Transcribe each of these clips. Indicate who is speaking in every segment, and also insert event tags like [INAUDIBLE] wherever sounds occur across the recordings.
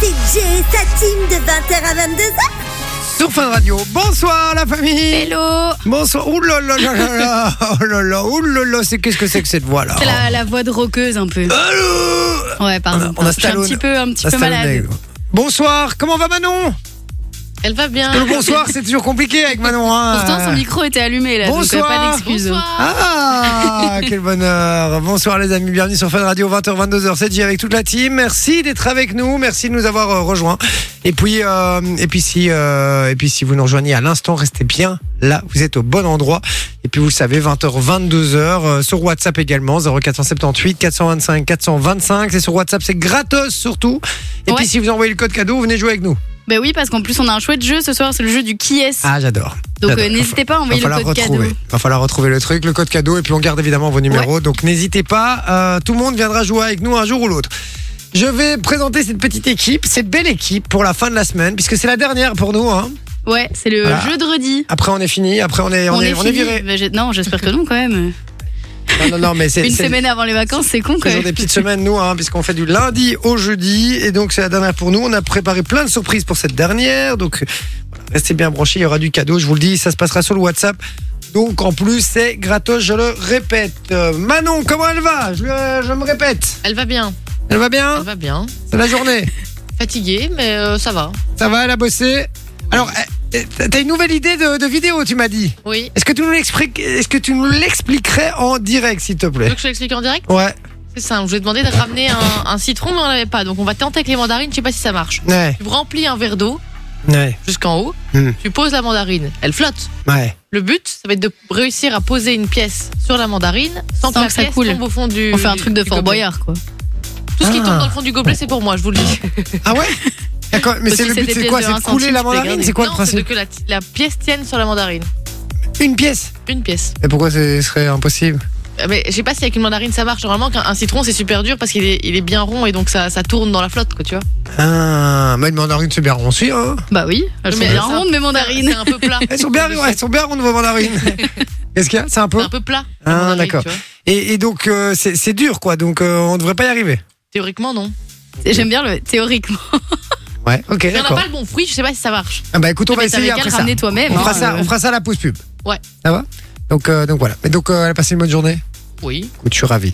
Speaker 1: c'est Jay et sa team de 20h à 22h.
Speaker 2: Sur Fun Radio. Bonsoir la famille.
Speaker 3: Hello
Speaker 2: Bonsoir. Ouh là là là là
Speaker 3: [LAUGHS]
Speaker 2: là. Oh là là. Ouh là là. C'est qu'est-ce que c'est que cette voix là hein
Speaker 3: C'est la, la voix de roqueuse un peu.
Speaker 2: Allô Ah,
Speaker 3: Ouais, pardon.
Speaker 2: Euh, On a
Speaker 3: je suis un
Speaker 2: Stallone.
Speaker 3: petit peu, un petit
Speaker 2: La
Speaker 3: peu malade.
Speaker 2: Stallone. Bonsoir. Comment va Manon
Speaker 3: Elle va bien.
Speaker 2: Le bonsoir, c'est toujours compliqué avec Manon. hein.
Speaker 3: Ah. Pourtant, son micro était allumé là,
Speaker 2: Bonsoir.
Speaker 3: donc euh, pas d'excuses.
Speaker 2: Ah, quel bonheur. Bonsoir les amis, bienvenue sur Fun Radio 20h 22h. C'est J avec toute la team. Merci d'être avec nous, merci de nous avoir euh, rejoints. Et puis euh, et puis si euh, et puis si vous nous rejoignez à l'instant, restez bien là, vous êtes au bon endroit. Et puis vous le savez 20h 22h euh, sur WhatsApp également 0478 425 425, c'est sur WhatsApp, c'est gratos surtout. Et
Speaker 3: Ouais.
Speaker 2: puis si vous envoyez le code cadeau, vous venez jouer avec nous.
Speaker 3: Ben oui, parce qu'en plus, on a un chouette jeu ce soir, c'est le jeu du qui est.
Speaker 2: Ah, j'adore.
Speaker 3: donc
Speaker 2: j'adore.
Speaker 3: euh, n'hésitez pas à
Speaker 2: Va
Speaker 3: envoyer le
Speaker 2: falloir
Speaker 3: code
Speaker 2: retrouver.
Speaker 3: cadeau.
Speaker 2: Va falloir retrouver le truc, le code cadeau, et puis on garde évidemment vos numéros. Donc n'hésitez pas. euh, tout le monde viendra jouer avec nous un jour ou l'autre. Je vais présenter cette petite équipe, cette belle équipe pour la fin de la semaine, puisque c'est la dernière pour nous. hein.
Speaker 3: Ouais, c'est le
Speaker 2: Voilà.
Speaker 3: jeudi.
Speaker 2: Après on est fini, après on est on, est, on est
Speaker 3: fini.
Speaker 2: viré.
Speaker 3: Ben, j'ai- non, j'espère que non quand même.
Speaker 2: Non non non, mais [LAUGHS]
Speaker 3: [LAUGHS]
Speaker 2: c'est
Speaker 3: Une
Speaker 2: c'est-
Speaker 3: semaine avant les vacances, c'est con quand
Speaker 2: Ils ont
Speaker 3: même.
Speaker 2: des petites semaines, nous, hein, puisqu'on fait du lundi au jeudi. Et donc, c'est la dernière pour nous. On a préparé plein de surprises pour cette dernière. Donc, euh, voilà, restez bien branchés. Il y aura du cadeau. Je vous le dis, ça se passera sur le WhatsApp. Donc, en plus, c'est gratos. Je le répète. Euh, Manon, comment elle va je, le- je me répète.
Speaker 4: Elle va bien,
Speaker 2: Elle va bien
Speaker 4: elle va bien.
Speaker 2: C'est la journée.
Speaker 4: Fatiguée, mais euh, ça va.
Speaker 2: Ça va, elle a bossé. Alors, euh, euh, t'as une nouvelle idée de, de vidéo, tu m'as dit.
Speaker 4: Oui.
Speaker 2: Est-ce que tu nous l'expliques- est-ce que tu nous l'expliquerais en direct, s'il te
Speaker 4: Tu
Speaker 2: plaît
Speaker 4: veux que je l'explique en direct
Speaker 2: Ouais.
Speaker 4: C'est simple. Je vais demander de ramener un, un citron, mais on l'avait pas. Donc on va tenter avec les mandarines, je sais pas si ça marche.
Speaker 2: Ouais.
Speaker 4: Tu remplis un verre d'eau
Speaker 2: Ouais.
Speaker 4: jusqu'en haut,
Speaker 2: Hmm.
Speaker 4: tu poses la mandarine, elle flotte.
Speaker 2: Ouais.
Speaker 4: Le but, ça va être de réussir à poser une pièce sur la mandarine sans,
Speaker 3: Sans
Speaker 4: que la
Speaker 3: que ça
Speaker 4: pièce
Speaker 3: coule.
Speaker 4: tombe au fond du.
Speaker 3: On fait un truc de
Speaker 4: du
Speaker 3: Fort
Speaker 4: gobelet.
Speaker 3: Boyard quoi.
Speaker 4: Tout ce qui
Speaker 2: Ah.
Speaker 4: tombe dans le fond du gobelet, c'est pour moi, je vous le dis.
Speaker 2: Ah ouais D'accord, mais
Speaker 3: Aussi,
Speaker 2: c'est le
Speaker 3: c'est
Speaker 2: but,
Speaker 3: des
Speaker 2: c'est
Speaker 3: pièces
Speaker 2: quoi
Speaker 3: de
Speaker 2: C'est de
Speaker 3: un
Speaker 2: couler
Speaker 3: centime,
Speaker 2: la
Speaker 3: tu peux
Speaker 2: mandarine
Speaker 3: garder.
Speaker 2: C'est quoi le
Speaker 4: non, c'est de
Speaker 2: principe
Speaker 4: que la, la pièce tienne sur la mandarine.
Speaker 2: Une pièce
Speaker 4: Une pièce.
Speaker 2: Et pourquoi ce serait impossible
Speaker 4: Euh, Mais je sais pas si avec une mandarine ça marche. Normalement, qu'un- un citron c'est super dur parce qu'il est, il est bien rond et donc ça, ça tourne dans la flotte, quoi, tu vois.
Speaker 2: Ah, mais une mandarine, c'est bien rond, si, hein
Speaker 3: Bah oui, elles sont
Speaker 4: Mais
Speaker 3: bien
Speaker 4: c'est un-
Speaker 3: rondes mes
Speaker 4: C'est
Speaker 3: mandarines.
Speaker 4: un peu plat.
Speaker 2: [LAUGHS] Elles sont bien, ouais, elles sont bien rondes, vos mandarines [LAUGHS] Qu'est-ce qu'il y a C'est un peu
Speaker 4: C'est un peu plat.
Speaker 2: Ah,
Speaker 4: la mandarine,
Speaker 2: d'accord.
Speaker 4: tu vois.
Speaker 2: et, et donc, euh, c'est c'est dur, quoi, donc euh, on devrait pas y arriver.
Speaker 4: Théoriquement, non.
Speaker 3: [LAUGHS] J'aime bien le théoriquement.
Speaker 2: Ouais, ok,
Speaker 4: Mais on n'a
Speaker 2: d'accord.
Speaker 4: pas le bon fruit, je sais pas si ça marche.
Speaker 2: Ah, bah écoute, on va
Speaker 3: Mais t'avais
Speaker 2: essayer
Speaker 3: qu'à
Speaker 2: après
Speaker 3: le
Speaker 2: ça.
Speaker 3: ramener toi-même.
Speaker 2: On
Speaker 3: hein,
Speaker 2: fera ça,
Speaker 3: euh.
Speaker 2: on fera ça à la pause pub.
Speaker 4: Ouais.
Speaker 2: Ça va donc, euh, donc voilà. Mais donc, euh, elle a passé une bonne journée
Speaker 4: Oui.
Speaker 2: Écoute, je suis ravi.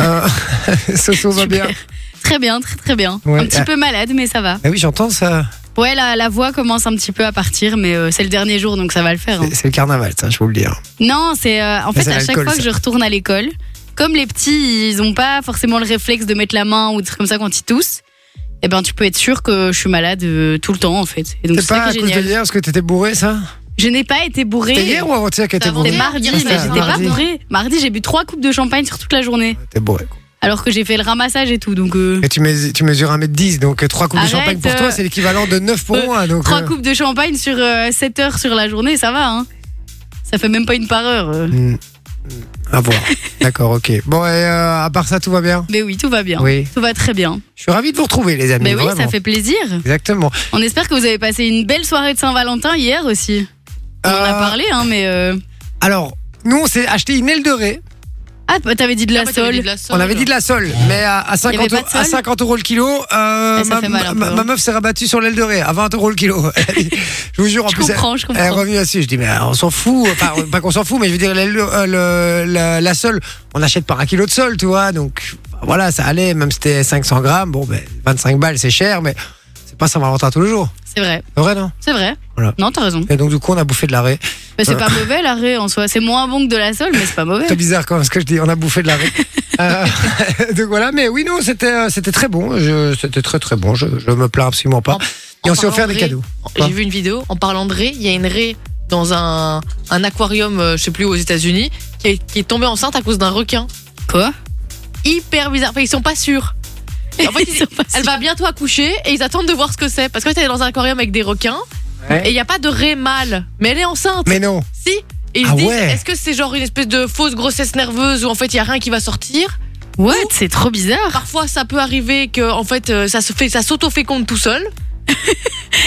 Speaker 2: Euh, [LAUGHS] Soso va bien.
Speaker 3: Super. [LAUGHS] Très bien, très très bien.
Speaker 2: Ouais.
Speaker 3: Un petit
Speaker 2: Ah.
Speaker 3: peu malade, mais ça va.
Speaker 2: Ah oui, j'entends ça.
Speaker 3: Ouais, la, la voix commence un petit peu à partir, mais euh, c'est le dernier jour, donc ça va le faire. hein.
Speaker 2: C'est- C'est le carnaval, ça, je vous le dis. hein.
Speaker 3: Non, c'est euh, en
Speaker 2: Mais
Speaker 3: fait
Speaker 2: c'est
Speaker 3: à chaque
Speaker 2: l'alcool,
Speaker 3: fois que
Speaker 2: ça.
Speaker 3: je retourne à l'école, comme les petits, ils ont pas forcément le réflexe de mettre la main ou des trucs comme ça quand ils toussent. Eh ben, tu peux être sûr que je suis malade euh, tout le temps en fait. Et donc c'est
Speaker 2: C'est pas
Speaker 3: ça
Speaker 2: à
Speaker 3: qui est
Speaker 2: cause de
Speaker 3: génial.
Speaker 2: hier, parce que t'étais bourré, ça
Speaker 3: Je n'ai pas été
Speaker 2: C'était
Speaker 3: bourrée.
Speaker 2: hier ou avant-hier qu'elle était
Speaker 4: Avant-hier.
Speaker 2: bourrée
Speaker 3: C'était mardi,
Speaker 4: Hier
Speaker 3: mais
Speaker 2: soir,
Speaker 3: j'étais pas
Speaker 2: mardi.
Speaker 3: bourrée. Mardi, j'ai bu trois coupes de champagne sur toute la journée,
Speaker 2: T'es bourré. quoi.
Speaker 3: alors que j'ai fait le ramassage et tout. Donc euh,
Speaker 2: Et tu, mes- tu mesures 1m10, donc 3 coupes
Speaker 3: Arrête,
Speaker 2: de champagne pour
Speaker 3: euh,
Speaker 2: toi, c'est l'équivalent de 9 pour
Speaker 3: euh,
Speaker 2: moi. Donc,
Speaker 3: trois
Speaker 2: euh,
Speaker 3: coupes de champagne sur 7 heures sur la journée, ça va. Hein ça fait même pas une par heure. euh.
Speaker 2: hmm, hmm, à
Speaker 3: [LAUGHS]
Speaker 2: voir. D'accord, ok. Bon, et euh, à part ça, tout va bien
Speaker 3: Mais oui, tout va bien.
Speaker 2: Oui.
Speaker 3: Tout va très bien.
Speaker 2: Je suis ravi de vous retrouver, les amis.
Speaker 3: Mais Ben oui,
Speaker 2: vraiment.
Speaker 3: ça fait plaisir.
Speaker 2: Exactement.
Speaker 3: On espère que vous avez passé une belle soirée de Saint-Valentin hier aussi. On en a
Speaker 2: Euh,
Speaker 3: parlé, hein, mais. euh,
Speaker 2: Alors, nous, on s'est acheté une aile de raie.
Speaker 3: Ah, bah, t'avais dit de la
Speaker 4: Après, t'avais dit
Speaker 3: sole.
Speaker 4: de la sole.
Speaker 2: On avait dit de la sole, mais à, à
Speaker 3: Il y avait
Speaker 2: 50,
Speaker 3: pas de sole
Speaker 2: à 50 euros le kilo, euh,
Speaker 3: Eh, ça
Speaker 2: ma,
Speaker 3: fait mal un
Speaker 2: ma-
Speaker 3: peu, hein.
Speaker 2: ma meuf s'est rabattue sur l'aile de raie à 20 euros le
Speaker 3: [LAUGHS]
Speaker 2: kilo. je Oh, vous jure, en
Speaker 3: Je
Speaker 2: plus, elle-
Speaker 3: comprends, je
Speaker 2: Elle est
Speaker 3: comprends.
Speaker 2: revenue là-dessus. Je dis, mais euh, on s'en fout.
Speaker 4: [LAUGHS]
Speaker 2: Enfin, pas qu'on s'en fout, mais je veux dire, la, le- le- la, la sole, on achète par un kilo de sol, tu vois. Donc, voilà, ça allait. Même si c'était 500 grammes, bon, ben, 25 balles, c'est cher, mais c'est pas Saint-Valentin tous les jours.
Speaker 3: C'est vrai,
Speaker 2: C'est vrai, non
Speaker 3: c'est vrai.
Speaker 2: Voilà.
Speaker 3: Non, t'as raison.
Speaker 2: Et donc, du coup, on a bouffé de l'arrêt.
Speaker 3: Mais c'est pas mauvais l'arrêt en soi. C'est moins bon que de la sole, mais c'est pas mauvais.
Speaker 2: C'est bizarre quand même ce que je dis, on a bouffé de l'arrêt.
Speaker 4: [LAUGHS]
Speaker 2: Euh, [LAUGHS] donc, voilà, mais oui, non, c'était euh, c'était très bon. Je- C'était très, très bon. Je, je me plains absolument pas.
Speaker 4: En-
Speaker 2: Et
Speaker 4: en
Speaker 2: on s'est offert
Speaker 4: parlant
Speaker 2: des
Speaker 4: de
Speaker 2: cadeaux.
Speaker 4: J'ai vu une vidéo en parlant de raie. Il y a une raie dans un, un aquarium, euh, je sais plus, aux États-Unis, qui, est- qui est tombée enceinte à cause d'un requin.
Speaker 3: Quoi
Speaker 4: Hyper bizarre. Enfin, ils sont pas sûrs. Et
Speaker 3: [LAUGHS]
Speaker 4: En fait,
Speaker 3: Ils
Speaker 4: ils-
Speaker 3: sont pas
Speaker 4: elle va bientôt accoucher et ils attendent de voir ce que c'est. Parce que t'es dans un aquarium avec des requins
Speaker 2: Ouais.
Speaker 4: et il n'y a pas de raie mâle. Mais elle est enceinte.
Speaker 2: Mais non.
Speaker 4: Si. Et ils
Speaker 2: Ah
Speaker 4: se disent,
Speaker 2: ouais.
Speaker 4: est-ce que c'est genre une espèce de fausse grossesse nerveuse où en fait il y a rien qui va sortir
Speaker 3: sûrs. What C'est trop bizarre. [LAUGHS]
Speaker 4: Parfois ça peut arriver que en fait euh, ça se fait, ça s'auto-féconde tout seul.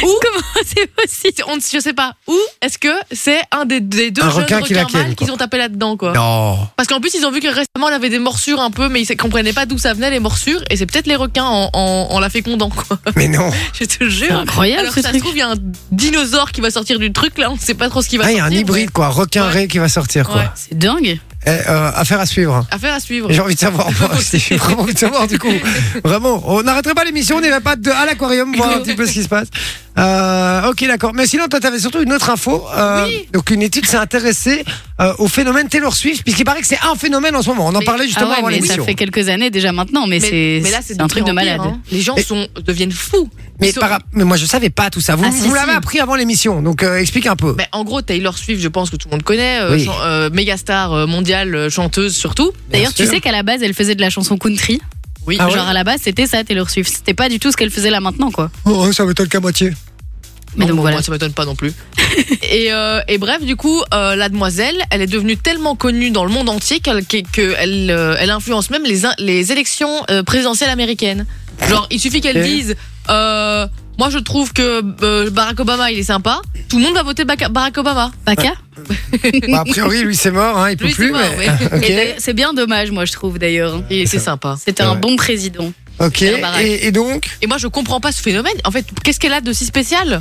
Speaker 3: Comment c'est possible
Speaker 4: On ne- je sais pas. Ou est-ce que c'est un des, des deux
Speaker 2: Un
Speaker 4: jeunes
Speaker 2: requin
Speaker 4: requins
Speaker 2: qui la ken, quoi.
Speaker 4: mâles qu'ils ont tapé là-dedans, quoi.
Speaker 2: Non.
Speaker 4: Parce qu'en plus, ils ont vu que récemment, elle avait des morsures un peu, mais ils ne comprenaient pas d'où ça venait, les morsures. Et c'est peut-être les requins en, en- en la fécondant, quoi. [LAUGHS]
Speaker 2: Mais non.
Speaker 4: Je te
Speaker 3: C'est
Speaker 4: jure.
Speaker 3: incroyable
Speaker 4: Alors,
Speaker 3: ce
Speaker 4: ça se
Speaker 3: truc.
Speaker 4: trouve, il y a un dinosaure qui va sortir du truc, là. On ne sait pas trop ce qui va
Speaker 2: Ah, il y
Speaker 4: sortir.
Speaker 2: a un hybride, quoi.
Speaker 4: Ouais.
Speaker 2: Requin-ré qui va sortir, quoi.
Speaker 4: Ouais.
Speaker 3: C'est dingue.
Speaker 2: Eh, euh, affaire à suivre.
Speaker 4: mais Affaire à suivre.
Speaker 2: J'ai envie de savoir.
Speaker 3: [LAUGHS]
Speaker 4: [LAUGHS]
Speaker 2: moi aussi. J'ai vraiment envie de savoir du coup. Vraiment, on n'arrêterait pas l'émission, on n'irait pas de- à l'aquarium voir un petit peu ce qui se passe. Euh, ok, d'accord. Mais sinon, toi, t'avais surtout une autre info. Euh,
Speaker 4: Oui.
Speaker 2: Donc, une étude s'est intéressée euh, au phénomène Taylor Swift, puisqu'il paraît que c'est un phénomène en ce moment. On en
Speaker 4: Mais-
Speaker 2: parlait justement
Speaker 3: ah
Speaker 2: avant
Speaker 3: ouais, mais ça
Speaker 2: l'émission.
Speaker 3: fait quelques années déjà maintenant, mais,
Speaker 4: Mais-
Speaker 3: c'est
Speaker 4: mais là,
Speaker 3: c'est un
Speaker 4: de
Speaker 3: truc
Speaker 4: pire
Speaker 3: de
Speaker 4: en pire,
Speaker 3: malade.
Speaker 4: hein. Les gens
Speaker 2: Et-
Speaker 4: sont, deviennent fous.
Speaker 2: Mais
Speaker 4: Ils sont-
Speaker 2: par- mais moi, je savais pas tout ça. Vous,
Speaker 3: Ah, si,
Speaker 2: vous l'avez
Speaker 3: si. Bah.
Speaker 2: appris avant l'émission, donc euh, explique un peu.
Speaker 4: Ben, en gros, Taylor Swift, je pense que tout le monde connaît, euh,
Speaker 2: Oui.
Speaker 4: chan- euh, méga star euh, mondiale, euh, chanteuse surtout.
Speaker 3: D'ailleurs, tu
Speaker 2: sûr.
Speaker 3: sais qu'à la base, elle faisait de la chanson country.
Speaker 4: Oui,
Speaker 2: Ah ouais
Speaker 3: Genre à la base, c'était ça Taylor Swift. C'était pas du tout ce qu'elle faisait là maintenant, quoi.
Speaker 2: Oh, ça m'étonne qu'à [LAUGHS] moitié.
Speaker 3: Mais
Speaker 4: Non,
Speaker 3: donc
Speaker 4: bon,
Speaker 3: voilà.
Speaker 4: Moi, ça m'étonne pas non plus. [LAUGHS] et, euh, et bref, du coup, euh, la demoiselle, elle est devenue tellement connue dans le monde entier qu'elle qu'elle- qu'elle, euh, elle influence même les, in- les élections euh, présidentielles américaines. Genre, il suffit qu'elle
Speaker 2: Ok.
Speaker 4: dise euh, Moi, je trouve que euh, Barack Obama, il est sympa. Tout le monde va voter Baca- Barack Obama.
Speaker 3: Baka
Speaker 2: Bah, a priori, lui, c'est mort, hein, il peut
Speaker 4: Lui, c'est
Speaker 2: plus.
Speaker 4: mort,
Speaker 2: mais-
Speaker 4: oui.
Speaker 2: [LAUGHS] Ok.
Speaker 3: Et d'ailleurs, C'est bien dommage, moi, je trouve d'ailleurs.
Speaker 4: Il était sympa.
Speaker 3: C'était
Speaker 2: Ouais.
Speaker 3: un bon président.
Speaker 2: Ok.
Speaker 3: Taylor Barack.
Speaker 2: Et, et donc,
Speaker 4: Et moi, je comprends pas ce phénomène. En fait, qu'est-ce qu'elle a de si spécial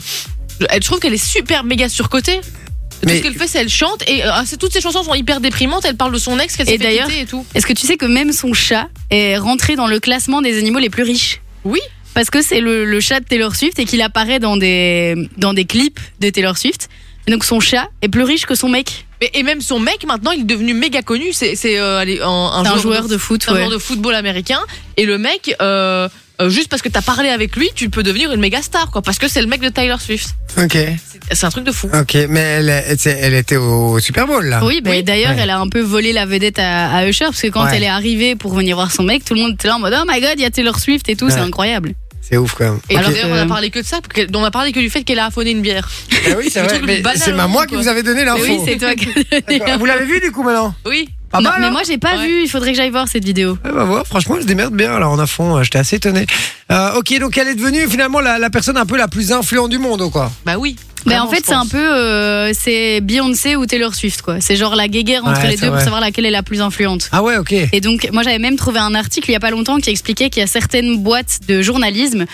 Speaker 4: je, elle- je trouve qu'elle est super méga surcotée. Tout
Speaker 2: mais
Speaker 4: ce qu'elle fait, c'est elle chante et euh, c'est- toutes ses chansons sont hyper déprimantes. Elle parle de son ex, qu'elle
Speaker 3: Et
Speaker 4: s'est fait
Speaker 3: d'ailleurs-
Speaker 4: quitter et tout.
Speaker 3: Est-ce que tu sais que même son chat est rentré dans le classement des animaux les plus riches
Speaker 4: Oui.
Speaker 3: Parce que c'est le, le chat de Taylor Swift et qu'il apparaît dans des, dans des clips de Taylor Swift. Et donc son chat est plus riche que son mec.
Speaker 4: Mais- et même son mec, maintenant, il est devenu méga connu. C'est c'est, euh, allez, un, un
Speaker 3: C'est un joueur de foot,
Speaker 4: c'est un
Speaker 3: ouais.
Speaker 4: joueur de football américain. Et le mec, euh, euh, juste parce que t'as parlé avec lui, tu peux devenir une méga star, quoi. Parce que c'est le mec de Taylor Swift.
Speaker 2: ok,
Speaker 4: C'est- C'est un truc de fou.
Speaker 2: ok, mais elle, elle était au Super Bowl là.
Speaker 3: Oui, bah,
Speaker 4: Oui.
Speaker 3: et d'ailleurs,
Speaker 2: Ouais.
Speaker 3: elle a un peu volé la vedette à, à Usher parce que quand
Speaker 2: Ouais.
Speaker 3: elle est arrivée pour venir voir son mec, tout le monde était là en mode Oh my god, il y a Taylor Swift et tout, c'est
Speaker 2: Ouais.
Speaker 3: incroyable.
Speaker 2: C'est ouf quand même. Bah
Speaker 4: Et
Speaker 3: Alors
Speaker 4: d'ailleurs,
Speaker 3: que-
Speaker 4: on a parlé que de ça. parce que- On a parlé que du fait qu'elle a affonné une bière.
Speaker 2: Ah oui, c'est
Speaker 4: [LAUGHS]
Speaker 2: vrai.
Speaker 4: Le truc hein, le
Speaker 2: mais
Speaker 4: plus banal
Speaker 2: C'est
Speaker 4: au
Speaker 2: ma moi
Speaker 4: monde,
Speaker 2: qui
Speaker 4: quoi.
Speaker 2: vous avez donné
Speaker 3: hein, Mais
Speaker 2: l'info.
Speaker 3: oui, c'est toi qui.
Speaker 2: D'accord. Vous l'avez vu du coup maintenant
Speaker 4: euh, Oui.
Speaker 2: Pas
Speaker 3: Non,
Speaker 2: mal.
Speaker 3: mais
Speaker 2: hein
Speaker 3: moi, j'ai pas
Speaker 4: Ouais.
Speaker 3: vu, il faudrait que j'aille voir cette vidéo.
Speaker 2: Ouais, bah, voilà, franchement, je démerde bien là en à fond. euh, J'étais assez étonné. Euh, ok, donc elle est devenue finalement la, la personne un peu la plus influente du monde, quoi.
Speaker 4: Bah oui.
Speaker 3: Mais
Speaker 4: Vraiment,
Speaker 3: en fait,
Speaker 4: je
Speaker 3: c'est un
Speaker 4: pense.
Speaker 3: peu euh, c'est Beyoncé ou Taylor Swift quoi. C'est genre la guéguerre entre
Speaker 2: Ouais,
Speaker 3: les
Speaker 2: c'est
Speaker 3: deux
Speaker 2: vrai.
Speaker 3: pour savoir laquelle est la plus influente.
Speaker 2: Ah ouais, ok.
Speaker 3: Et donc moi j'avais même trouvé un article il y a pas longtemps qui expliquait qu'il y a certaines boîtes de journalisme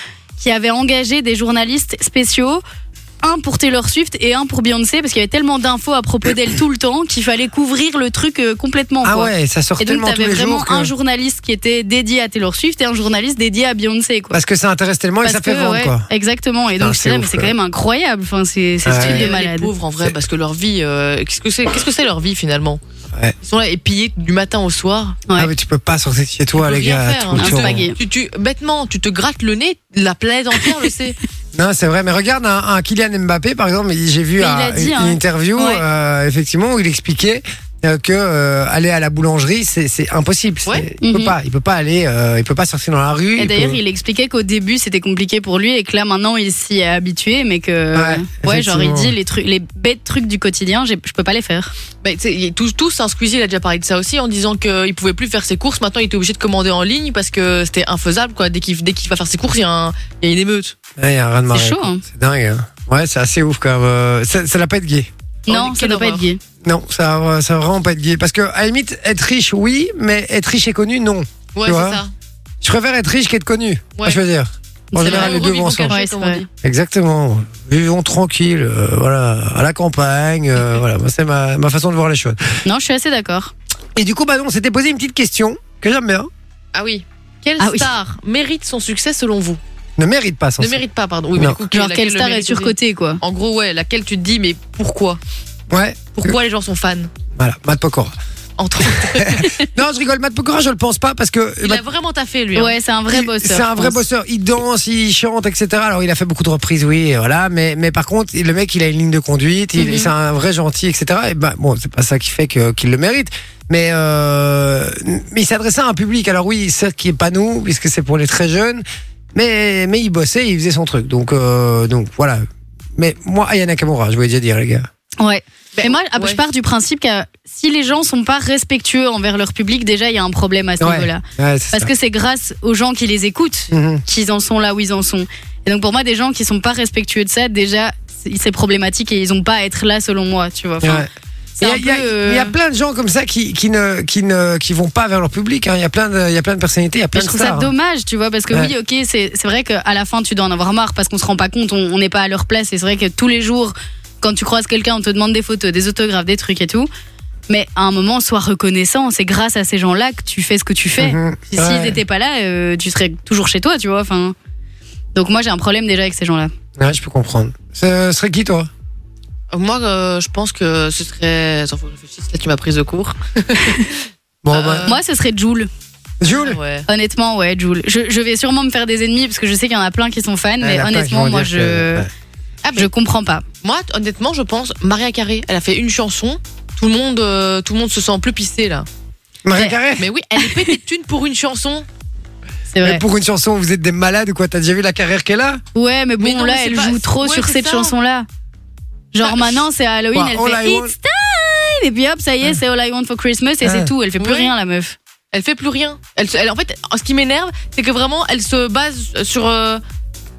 Speaker 3: qui avaient engagé des journalistes spéciaux un pour Taylor Swift et un pour Beyoncé parce qu'il y avait tellement d'infos à propos d'elle tout le temps qu'il fallait couvrir le truc euh, complètement
Speaker 2: Ah
Speaker 3: quoi.
Speaker 2: ouais, ça sort
Speaker 3: Et donc
Speaker 2: tellement tous
Speaker 3: t'avais
Speaker 2: les
Speaker 3: vraiment
Speaker 2: jours. que-
Speaker 3: un journaliste qui était dédié à Taylor Swift et un journaliste dédié à Beyoncé quoi.
Speaker 2: Parce que ça intéresse tellement et
Speaker 3: Parce
Speaker 2: ça fait
Speaker 3: que,
Speaker 2: vendre,
Speaker 3: ouais,
Speaker 2: quoi.
Speaker 3: Exactement. Et
Speaker 2: Putain,
Speaker 3: donc je
Speaker 2: c'est
Speaker 3: disais, mais
Speaker 2: ouf,
Speaker 3: c'est
Speaker 2: ouais.
Speaker 3: quand même incroyable. Enfin c'est c'est ce
Speaker 2: Ouais.
Speaker 3: truc
Speaker 4: Et
Speaker 3: de
Speaker 4: les
Speaker 3: malade.
Speaker 4: pauvres en vrai, parce que leur vie, euh, qu'est-ce que c'est Qu'est-ce que c'est leur vie finalement
Speaker 2: Ouais.
Speaker 4: Ils sont là épillés du matin au soir.
Speaker 3: Ouais.
Speaker 2: Ah mais tu peux pas sortir de chez toi,
Speaker 4: peux
Speaker 2: les
Speaker 4: rien
Speaker 2: gars.
Speaker 4: faire,
Speaker 2: tout le
Speaker 3: hein,
Speaker 2: temps.
Speaker 3: c'est pas gay.
Speaker 4: Tu, tu- bêtement, tu te grattes le nez, la planète entière le
Speaker 2: [LAUGHS]
Speaker 4: sait.
Speaker 2: Non, c'est vrai, mais regarde un, un Kylian Mbappé, par exemple, il- j'ai vu
Speaker 3: Mais il
Speaker 2: un-
Speaker 3: a dit,
Speaker 2: une
Speaker 3: hein.
Speaker 2: interview,
Speaker 3: Ouais.
Speaker 2: euh, effectivement, où il expliquait euh, que euh, aller à la boulangerie, c'est c'est impossible. C'est-
Speaker 4: Ouais.
Speaker 2: Il peut
Speaker 3: Mhm.
Speaker 2: pas, il peut pas aller, euh, il peut pas sortir dans la rue.
Speaker 3: Et
Speaker 2: il
Speaker 3: d'ailleurs,
Speaker 2: peut-
Speaker 3: il expliquait qu'au début, c'était compliqué pour lui et que là, maintenant, il s'y est habitué, mais que.
Speaker 2: Ouais,
Speaker 3: genre, il
Speaker 2: effectivement.
Speaker 3: dit les, trucs, les bêtes trucs du quotidien, j'ai- je peux pas les faire.
Speaker 4: Mais tu sais, il y a tous, tous, hein, Squeezie, il a déjà parlé de ça aussi, en disant qu'il pouvait plus faire ses courses. Maintenant, il était obligé de commander en ligne parce que c'était infaisable, quoi. Dès qu'il, dès qu'il va faire ses courses, il y a, un- il y a une émeute.
Speaker 2: Ouais, il y a un raz de
Speaker 3: C'est
Speaker 2: marée,
Speaker 3: chaud,
Speaker 2: quoi.
Speaker 3: hein.
Speaker 2: C'est dingue. hein. Ouais, c'est assez ouf quand même. Euh, Ça ça n'a pas être gay.
Speaker 4: Oh,
Speaker 3: non,
Speaker 4: mais
Speaker 3: ça
Speaker 4: quelle
Speaker 3: doit pas être
Speaker 4: horreur.
Speaker 3: gay.
Speaker 2: Non, ça va ça va vraiment pas être gay. Parce que, à la limite, être riche, oui, mais être riche et connu, non.
Speaker 4: Ouais,
Speaker 2: Tu
Speaker 4: c'est
Speaker 2: vois
Speaker 4: ça.
Speaker 2: Je préfère être riche qu'être connu.
Speaker 4: Ouais.
Speaker 2: Je veux dire. En
Speaker 3: C'est
Speaker 2: général,
Speaker 3: vrai.
Speaker 2: les deux vont
Speaker 4: vivons
Speaker 2: ensemble.
Speaker 4: cachés,
Speaker 3: Ouais,
Speaker 4: comme
Speaker 3: c'est
Speaker 4: on
Speaker 3: vrai.
Speaker 4: dit.
Speaker 2: Exactement. Vivons tranquille, euh, voilà, à la campagne.
Speaker 3: [LAUGHS]
Speaker 2: euh, voilà, Moi, c'est ma, ma façon de voir les choses.
Speaker 3: Non, je suis assez d'accord.
Speaker 2: Et du coup, bah non, on s'était posé une petite question que j'aime bien.
Speaker 4: Ah oui. Quelle
Speaker 3: Ah oui.
Speaker 4: star mérite son succès selon vous
Speaker 2: Ne mérite pas, sans
Speaker 4: Ne mérite pas, pardon. Oui,
Speaker 2: Non.
Speaker 4: du coup,
Speaker 3: Genre,
Speaker 4: laquelle
Speaker 3: quelle
Speaker 4: le
Speaker 3: star est
Speaker 4: mérite aussi
Speaker 3: surcotée, quoi.
Speaker 4: En gros, ouais, laquelle tu te dis, mais pourquoi
Speaker 2: Ouais,
Speaker 4: Pourquoi les gens sont fans
Speaker 2: voilà, Matt
Speaker 3: [LAUGHS]
Speaker 2: Pokora. [LAUGHS]
Speaker 4: entre
Speaker 2: Non, je rigole, Matt Pokora, je le pense pas parce que.
Speaker 4: Il
Speaker 2: Matt-
Speaker 4: a vraiment taffé, lui. hein.
Speaker 3: Ouais, c'est un vrai
Speaker 2: il-
Speaker 3: bosseur.
Speaker 2: C'est un
Speaker 3: je
Speaker 2: vrai
Speaker 3: pense.
Speaker 2: bosseur. Il danse, il chante, etc. Alors, il a fait beaucoup de reprises, oui, et voilà. Mais, mais par contre, le mec, il a une ligne de conduite, il-
Speaker 3: Mhm.
Speaker 2: c'est un vrai gentil, etc. Et ben, bon, c'est pas ça qui fait que- qu'il le mérite. Mais, euh, mais il s'adressait à un public. Alors, oui, certes, qui est pas nous, puisque c'est pour les très jeunes. Mais, mais il bossait, il faisait son truc. Donc, euh, donc voilà. Mais moi, Aya Nakamura, je voulais déjà dire, les gars.
Speaker 3: Ouais.
Speaker 4: Ben,
Speaker 3: et moi, ah,
Speaker 4: ouais.
Speaker 3: je pars du principe que si les gens sont pas respectueux envers leur public, déjà, il y a un problème à ce
Speaker 2: Ouais.
Speaker 3: niveau-là.
Speaker 2: Ouais, c'est ça.
Speaker 3: Parce que c'est grâce aux gens qui les écoutent
Speaker 2: Mhm.
Speaker 3: qu'ils en sont là où ils en sont. Et donc pour moi, des gens qui sont pas respectueux de ça, déjà, c'est c'est problématique et ils ont pas à être là selon moi, tu vois. Enfin,
Speaker 2: Ouais.
Speaker 3: c'est
Speaker 2: Il y,
Speaker 3: un
Speaker 2: a- il y a-
Speaker 3: peu, euh,
Speaker 2: il y a plein de gens comme ça qui, qui, ne, qui, ne, qui vont pas vers leur public. hein. Il y a plein de, il y a plein de personnalités, il y a
Speaker 3: Mais
Speaker 2: plein
Speaker 3: je
Speaker 2: de
Speaker 3: trouve
Speaker 2: stars. hein.
Speaker 3: ça dommage, tu vois, parce que
Speaker 2: Ouais.
Speaker 3: oui, ok, c'est c'est vrai qu'à la fin, tu dois en avoir marre parce qu'on se rend pas compte, on on n'est pas à leur place. Et c'est vrai que tous les jours, quand tu croises quelqu'un, on te demande des photos, des autographes, des trucs et tout. Mais à un moment, sois reconnaissant. C'est grâce à ces gens-là que tu fais ce que tu fais.
Speaker 2: Mhm.
Speaker 3: Si
Speaker 2: Ouais.
Speaker 3: S'ils n'étaient pas là, euh, tu serais toujours chez toi, tu vois. Enfin, donc moi, j'ai un problème déjà avec ces gens-là.
Speaker 2: Ouais, je peux comprendre. Ce serait qui, toi
Speaker 4: Moi, euh, je pense que ce serait. Attends, faut que je réfléchisse. Là, tu m'as prise de court.
Speaker 2: Bon,
Speaker 4: Euh,
Speaker 2: bah,
Speaker 3: Moi, ce serait Jules. Euh,
Speaker 2: Jules
Speaker 4: Ouais.
Speaker 3: Honnêtement, ouais, Jules. Je, je vais sûrement me faire des ennemis parce que je sais qu'il y en a plein qui sont fans,
Speaker 2: Ouais,
Speaker 3: mais
Speaker 2: la plaque, ils
Speaker 3: honnêtement,
Speaker 2: vont
Speaker 3: moi,
Speaker 2: dire
Speaker 3: je
Speaker 2: que- euh, ouais.
Speaker 3: je comprends pas.
Speaker 4: Moi, t- honnêtement, je pense Maria Carré. Elle a fait une chanson. Tout le monde, euh, tout le monde se sent plus pissé là.
Speaker 2: Marie
Speaker 3: Ouais.
Speaker 2: Carré
Speaker 4: Mais oui, elle est pétée de thunes pour une chanson.
Speaker 3: C'est
Speaker 2: Mais
Speaker 3: vrai.
Speaker 2: pour une chanson, vous êtes des malades ou quoi T'as déjà vu la carrière qu'elle a
Speaker 3: Ouais, mais bon,
Speaker 4: Mais non,
Speaker 3: là,
Speaker 4: mais c'est
Speaker 3: elle
Speaker 4: pas-
Speaker 3: joue trop
Speaker 4: ouais,
Speaker 3: sur
Speaker 4: c'est
Speaker 3: cette
Speaker 4: ça.
Speaker 3: chanson-là. Genre
Speaker 4: Bah,
Speaker 3: maintenant, c'est Halloween,
Speaker 2: Bah,
Speaker 3: elle
Speaker 2: All I
Speaker 3: fait
Speaker 2: Want-
Speaker 3: It's time Et puis hop, ça y est, c'est All I Want for Christmas et
Speaker 2: Ouais.
Speaker 3: c'est tout. Elle fait plus
Speaker 4: Ouais.
Speaker 3: rien, la meuf.
Speaker 4: Elle fait plus rien. Elle, se- elle- en fait, ce qui m'énerve, c'est que vraiment, elle se base sur euh,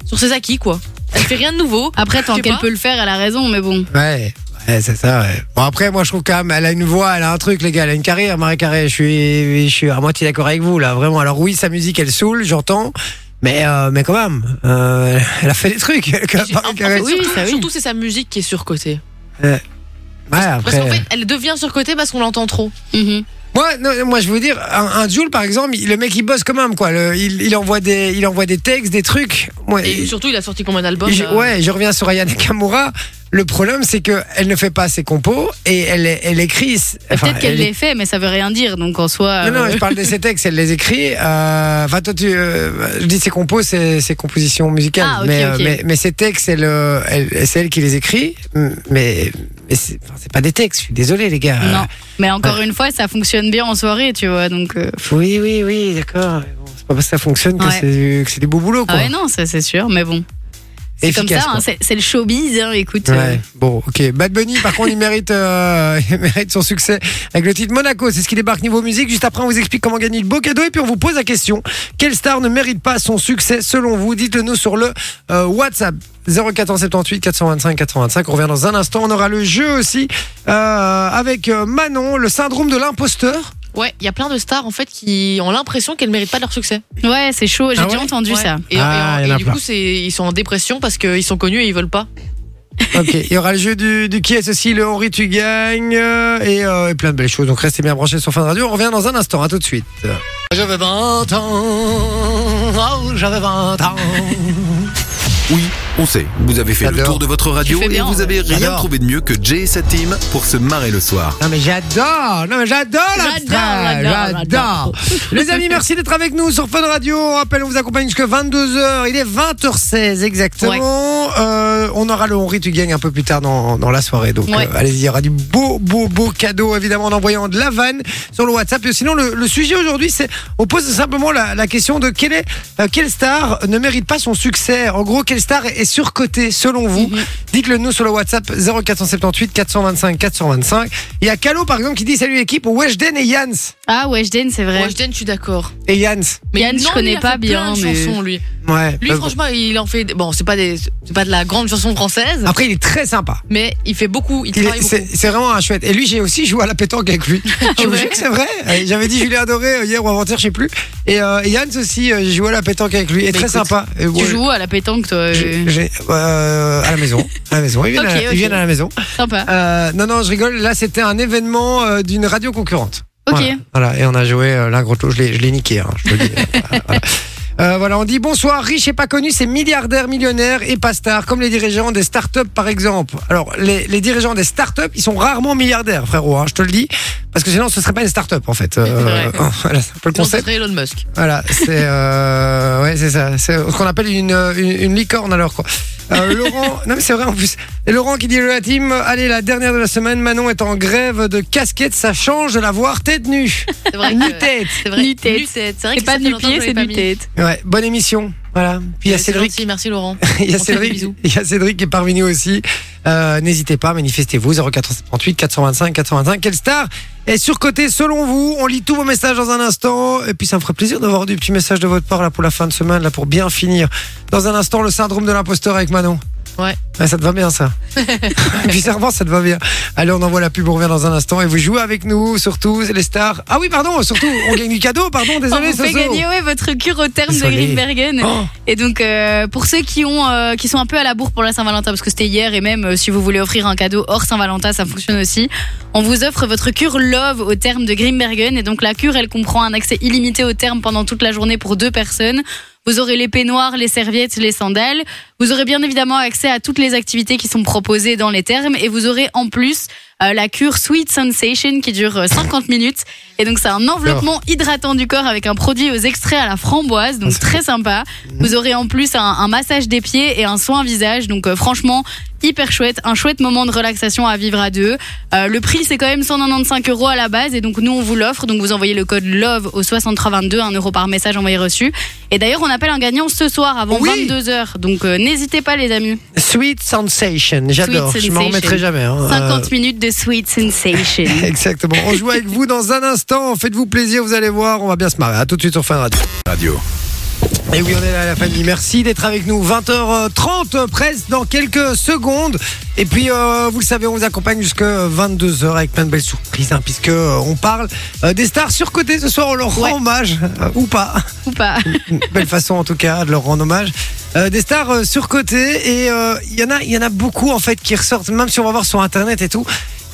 Speaker 4: sur ses acquis quoi. Elle fait rien de nouveau.
Speaker 2: Ah,
Speaker 3: Après, tant
Speaker 4: Je sais
Speaker 3: qu'elle
Speaker 4: pas.
Speaker 3: peut le faire, elle a raison, mais bon.
Speaker 2: Ouais, ouais c'est ça. Ouais. Bon après, moi je trouve quand même, elle a une voix, elle a un truc, les gars, elle a une carrière, Marie Carré. Je suis, je suis à moitié d'accord avec vous là, vraiment. Alors oui, sa musique, elle saoule, j'entends, mais euh, mais quand même, euh, elle a fait des trucs. [LAUGHS] elle, quand même,
Speaker 4: J'ai- en-
Speaker 2: Marie
Speaker 4: en
Speaker 2: Carré.
Speaker 4: fait,
Speaker 3: Oui,
Speaker 4: surtout,
Speaker 3: ça, oui.
Speaker 4: surtout, c'est sa musique qui est surcotée.
Speaker 2: Ouais,
Speaker 4: Parce
Speaker 2: après.
Speaker 4: qu'en fait, elle devient surcotée parce qu'on l'entend trop.
Speaker 3: Mhm.
Speaker 2: Moi, non, moi, je veux dire, un, un Jules par exemple, il- le mec il bosse quand même quoi. Le- il, il envoie des, il envoie des textes, des trucs. Moi,
Speaker 4: Et
Speaker 2: il-
Speaker 4: surtout, il a sorti combien d'albums euh
Speaker 2: Et je-
Speaker 4: là
Speaker 2: ouais, je reviens sur Aya Nakamura. Le problème, c'est que elle ne fait pas ses compos et elle, elle écrit.
Speaker 3: Et
Speaker 2: enfin,
Speaker 3: Peut-être qu'elle
Speaker 2: elle-
Speaker 3: l'ait fait, mais ça veut rien dire. Donc en soi.
Speaker 2: Non, non,
Speaker 3: euh,
Speaker 2: je parle de ses textes, elle les écrit. euh, Enfin, toi, tu, euh, je dis ses compos, c'est ses compositions musicales.
Speaker 3: Ah, ok,
Speaker 2: mais, euh,
Speaker 3: ok.
Speaker 2: mais, mais ses textes, elle, euh, elle- c'est elle qui les écrit. m- Mais, mais c'est enfin, c'est pas des textes, je suis désolé, les gars.
Speaker 3: [LAUGHS] non. Mais encore une fois, ça fonctionne bien en soirée, tu vois. Donc. euh,
Speaker 2: Oui, oui, oui, d'accord. mais bon, C'est pas parce que ça fonctionne que
Speaker 3: Ouais.
Speaker 2: c'est du- que c'est des beaux boulots, quoi.
Speaker 3: Ah ouais, non, ça c'est sûr, mais bon. C'est comme
Speaker 2: Efficace,
Speaker 3: ça, hein,
Speaker 2: quoi.
Speaker 3: c'est c'est le showbiz, hein, écoute. euh,
Speaker 2: Ouais, bon, ok. Bad Bunny, par contre, il mérite, euh, [LAUGHS] il mérite son succès avec le titre Monaco. C'est ce qui débarque niveau musique. Juste après, on vous explique comment gagner de beaux cadeaux et puis on vous pose la question quelle star ne mérite pas son succès selon vous Dites-le nous sur le euh, WhatsApp 0478 425 425. On revient dans un instant. On aura le jeu aussi euh, avec euh, Manon, le syndrome de l'imposteur.
Speaker 4: Ouais, il y a plein de stars en fait qui ont l'impression qu'elles méritent pas leur succès.
Speaker 3: Ouais, c'est chaud, j'ai
Speaker 2: Ah
Speaker 3: déjà
Speaker 2: ouais
Speaker 3: entendu
Speaker 4: Ouais.
Speaker 3: ça.
Speaker 4: Et, et-
Speaker 2: Ah,
Speaker 4: et
Speaker 2: y en a
Speaker 4: du
Speaker 2: plein.
Speaker 4: coup, c'est- ils sont en dépression parce qu'ils sont connus et ils veulent pas.
Speaker 2: Ok, il y aura le jeu du, du qui est ceci, le Henri tu gagnes euh, et, euh, et plein de belles choses. Donc restez bien branchés sur Fin de Radio. On revient dans un instant. À tout de suite. J'avais 20 ans. Oh, j'avais 20 ans.
Speaker 5: Oui, on sait, vous avez fait le
Speaker 2: J'adore.
Speaker 5: tour de votre radio
Speaker 3: Tu fais
Speaker 5: et
Speaker 3: bien,
Speaker 5: vous avez rien
Speaker 2: J'adore.
Speaker 5: trouvé de mieux que Jay et sa team pour se marrer le soir.
Speaker 2: Non mais j'adore, non mais j'adore l'abstrait,
Speaker 3: J'adore,
Speaker 2: j'adore.
Speaker 3: j'adore,
Speaker 2: Les amis, merci d'être avec nous sur Fun Radio. On rappelle, on vous accompagne jusqu'à 22h. Il est 20h16 exactement. Euh, on aura le Henri, tu gagnes un peu plus tard dans, dans la soirée. Donc
Speaker 3: Ouais.
Speaker 2: euh, allez-y, il y aura du beau, beau, beau cadeau évidemment en envoyant de la vanne sur le WhatsApp. Et sinon, le, le sujet aujourd'hui, c'est on pose simplement la, la question de quelle est, euh, quelle star ne mérite pas son succès. En gros, quelle star est surcotée selon vous
Speaker 4: Mm-hmm.
Speaker 2: Dites-le nous sur le WhatsApp 0478 425 425. Il y a Calo par exemple qui dit salut équipe, Weshden et Jans.
Speaker 3: Ah, Weshden, c'est vrai.
Speaker 4: Weshden, je suis d'accord.
Speaker 2: Et Jans.
Speaker 3: Yann, je
Speaker 4: non, lui,
Speaker 3: connais
Speaker 4: il a
Speaker 3: pas
Speaker 4: fait plein
Speaker 3: bien,
Speaker 4: de
Speaker 3: mais-
Speaker 4: chansons, lui.
Speaker 2: Ouais.
Speaker 4: Lui,
Speaker 2: Euh,
Speaker 4: franchement, il en fait. des- Bon, c'est pas des, c'est pas de la grande chanson française,
Speaker 2: Après, il est très sympa.
Speaker 4: mais il fait beaucoup. Il
Speaker 2: Il est-
Speaker 4: travaille beaucoup. Ah
Speaker 2: C'est c'est vraiment un chouette. Et lui, j'ai aussi joué à la pétanque avec
Speaker 4: [LAUGHS]
Speaker 2: lui. Je vous
Speaker 4: Ouais.
Speaker 2: jure que c'est vrai. Euh, J'avais dit, je l'ai adoré euh, hier ou avant-hier, je sais plus. Et euh, et Jans aussi, euh, j'ai joué à la pétanque avec lui. Et
Speaker 4: Bah,
Speaker 2: très
Speaker 4: écoute,
Speaker 2: sympa. Et
Speaker 3: Tu
Speaker 2: ouais,
Speaker 3: joues à la pétanque, toi. euh,
Speaker 2: j'ai- j'ai- euh, à la maison. À la maison. Ils viennent, à,
Speaker 3: Ok,
Speaker 2: ils
Speaker 3: ok.
Speaker 2: viennent à la maison.
Speaker 3: Sympa.
Speaker 2: Euh, non, non, je rigole. Là, c'était un événement euh, d'une radio concurrente.
Speaker 3: Ok.
Speaker 2: Voilà, voilà. et on a joué euh, l'un gros lot. Je l'ai je l'ai niqué, hein, je te le dis. [LAUGHS] voilà. Euh, voilà, on dit bonsoir, riche et pas connu, c'est milliardaire, millionnaire et pas star, comme les dirigeants des startups par exemple. Alors, les, les dirigeants des startups, ils sont rarement milliardaires, frérot, hein, je te le dis, parce que sinon ce serait pas une startup en fait. Euh,
Speaker 4: vrai.
Speaker 2: [LAUGHS] voilà, c'est un peu le
Speaker 4: Sinon, ce
Speaker 2: concept.
Speaker 4: serait Elon Musk.
Speaker 2: Voilà, c'est euh, [LAUGHS] ouais, c'est ça, c'est ce qu'on appelle une, une, une licorne alors quoi. Euh, Laurent, non mais c'est vrai en plus. Et Laurent qui dit la team, allez la dernière de la semaine, Manon est en grève de casquette, ça change de la voir tête nue,
Speaker 3: [LAUGHS]
Speaker 4: C'est vrai.
Speaker 2: nue
Speaker 4: que-
Speaker 2: tête.
Speaker 4: C'est vrai.
Speaker 3: Nu tête.
Speaker 4: Nu tête. C'est vrai
Speaker 3: C'est
Speaker 4: que ça
Speaker 3: pas
Speaker 4: fait
Speaker 3: du
Speaker 4: longtemps que
Speaker 3: pied,
Speaker 4: je
Speaker 3: c'est
Speaker 4: l'avais
Speaker 3: du
Speaker 4: pas mis.
Speaker 3: tête.
Speaker 2: Ouais, bonne émission, voilà. Puis il y a
Speaker 4: Ouais, c'est
Speaker 2: Cédric,
Speaker 4: gentil, Merci Laurent.
Speaker 2: [LAUGHS] il y a
Speaker 4: On fait des
Speaker 2: Cédric,
Speaker 4: bisous.
Speaker 2: il y a Cédric qui est parmi nous aussi. Euh, N'hésitez pas, manifestez-vous 0478 425 425. Quelle star est surcoté selon vous. On lit tous vos messages dans un instant. Et puis ça me ferait plaisir d'avoir du petit message de votre part là pour la fin de semaine, là pour bien finir. Dans un instant, le syndrome de l'imposteur avec Manon.
Speaker 4: Ouais.
Speaker 2: ça te va bien
Speaker 3: [LAUGHS]
Speaker 2: ça. Bizarrement, ça te va bien. Allez, on envoie la pub, on revient dans un instant. Et vous jouez avec nous, surtout les stars. Ah oui, pardon, surtout, on gagne du cadeau, pardon,
Speaker 3: [LAUGHS] On
Speaker 2: désolé,
Speaker 3: vous fait
Speaker 2: Soso.
Speaker 3: gagner ouais, votre cure au terme de
Speaker 2: Désolé.
Speaker 3: Greenbergen.
Speaker 2: Oh.
Speaker 3: Et donc, euh, pour ceux qui, ont, euh, qui sont un peu à la bourre pour la Saint-Valentin, parce que c'était hier, et même euh, si vous voulez offrir un cadeau hors Saint-Valentin, ça fonctionne aussi. On vous offre votre cure Love au terme de Grimbergen. Et donc, la cure, elle comprend un accès illimité au terme pendant toute la journée pour deux personnes. Vous aurez les peignoirs, les serviettes, les sandales. Vous aurez bien évidemment accès à toutes les activités qui sont proposées dans les termes. Et vous aurez en plus euh, la cure Sweet Sensation qui dure euh, 50 minutes. Et donc, c'est un enveloppement hydratant du corps avec un produit aux extraits à la framboise.
Speaker 2: Ah,
Speaker 3: Donc, très sympa.
Speaker 2: Mmh.
Speaker 3: Vous aurez en plus un, un massage des pieds et un soin visage. Donc euh, franchement, hyper chouette. Un chouette moment de relaxation à vivre à deux. Euh, le prix, c'est quand même 195 euros à la base. Et donc nous, on vous l'offre. Donc vous envoyez le code LOVE au 6322, 1 euro par message envoyé reçu. Et d'ailleurs, on appelle un gagnant ce soir avant
Speaker 2: Oui.
Speaker 3: 22h. Donc euh, n'hésitez pas les amis.
Speaker 2: Sweet Sensation, j'adore,
Speaker 3: Sweet
Speaker 2: je m'en
Speaker 3: Sensation.
Speaker 2: remettrai jamais. hein.
Speaker 3: 50 minutes de sweet sensation.
Speaker 2: Euh, [LAUGHS] exactement. On joue avec vous dans un instant. Faites-vous plaisir, vous allez voir, on va bien se marrer. À tout de suite sur Fun Radio.
Speaker 5: Radio.
Speaker 2: Et oui, on est là, la famille. Merci d'être avec nous. 20h30, euh, presque dans quelques secondes. Et puis, euh, vous le savez, on vous accompagne jusqu'à 22h avec plein de belles surprises, hein, puisque euh, on parle euh, des stars surcotées ce soir. On leur rend
Speaker 3: Ouais.
Speaker 2: hommage, euh, ou pas.
Speaker 3: Ou pas Bah,
Speaker 2: Une [LAUGHS] belle façon, en tout cas, de leur rendre hommage. Euh, des stars euh, surcotées. Et euh, il y en a, il y en a beaucoup, en fait, qui ressortent, même si on va voir sur Internet et tout.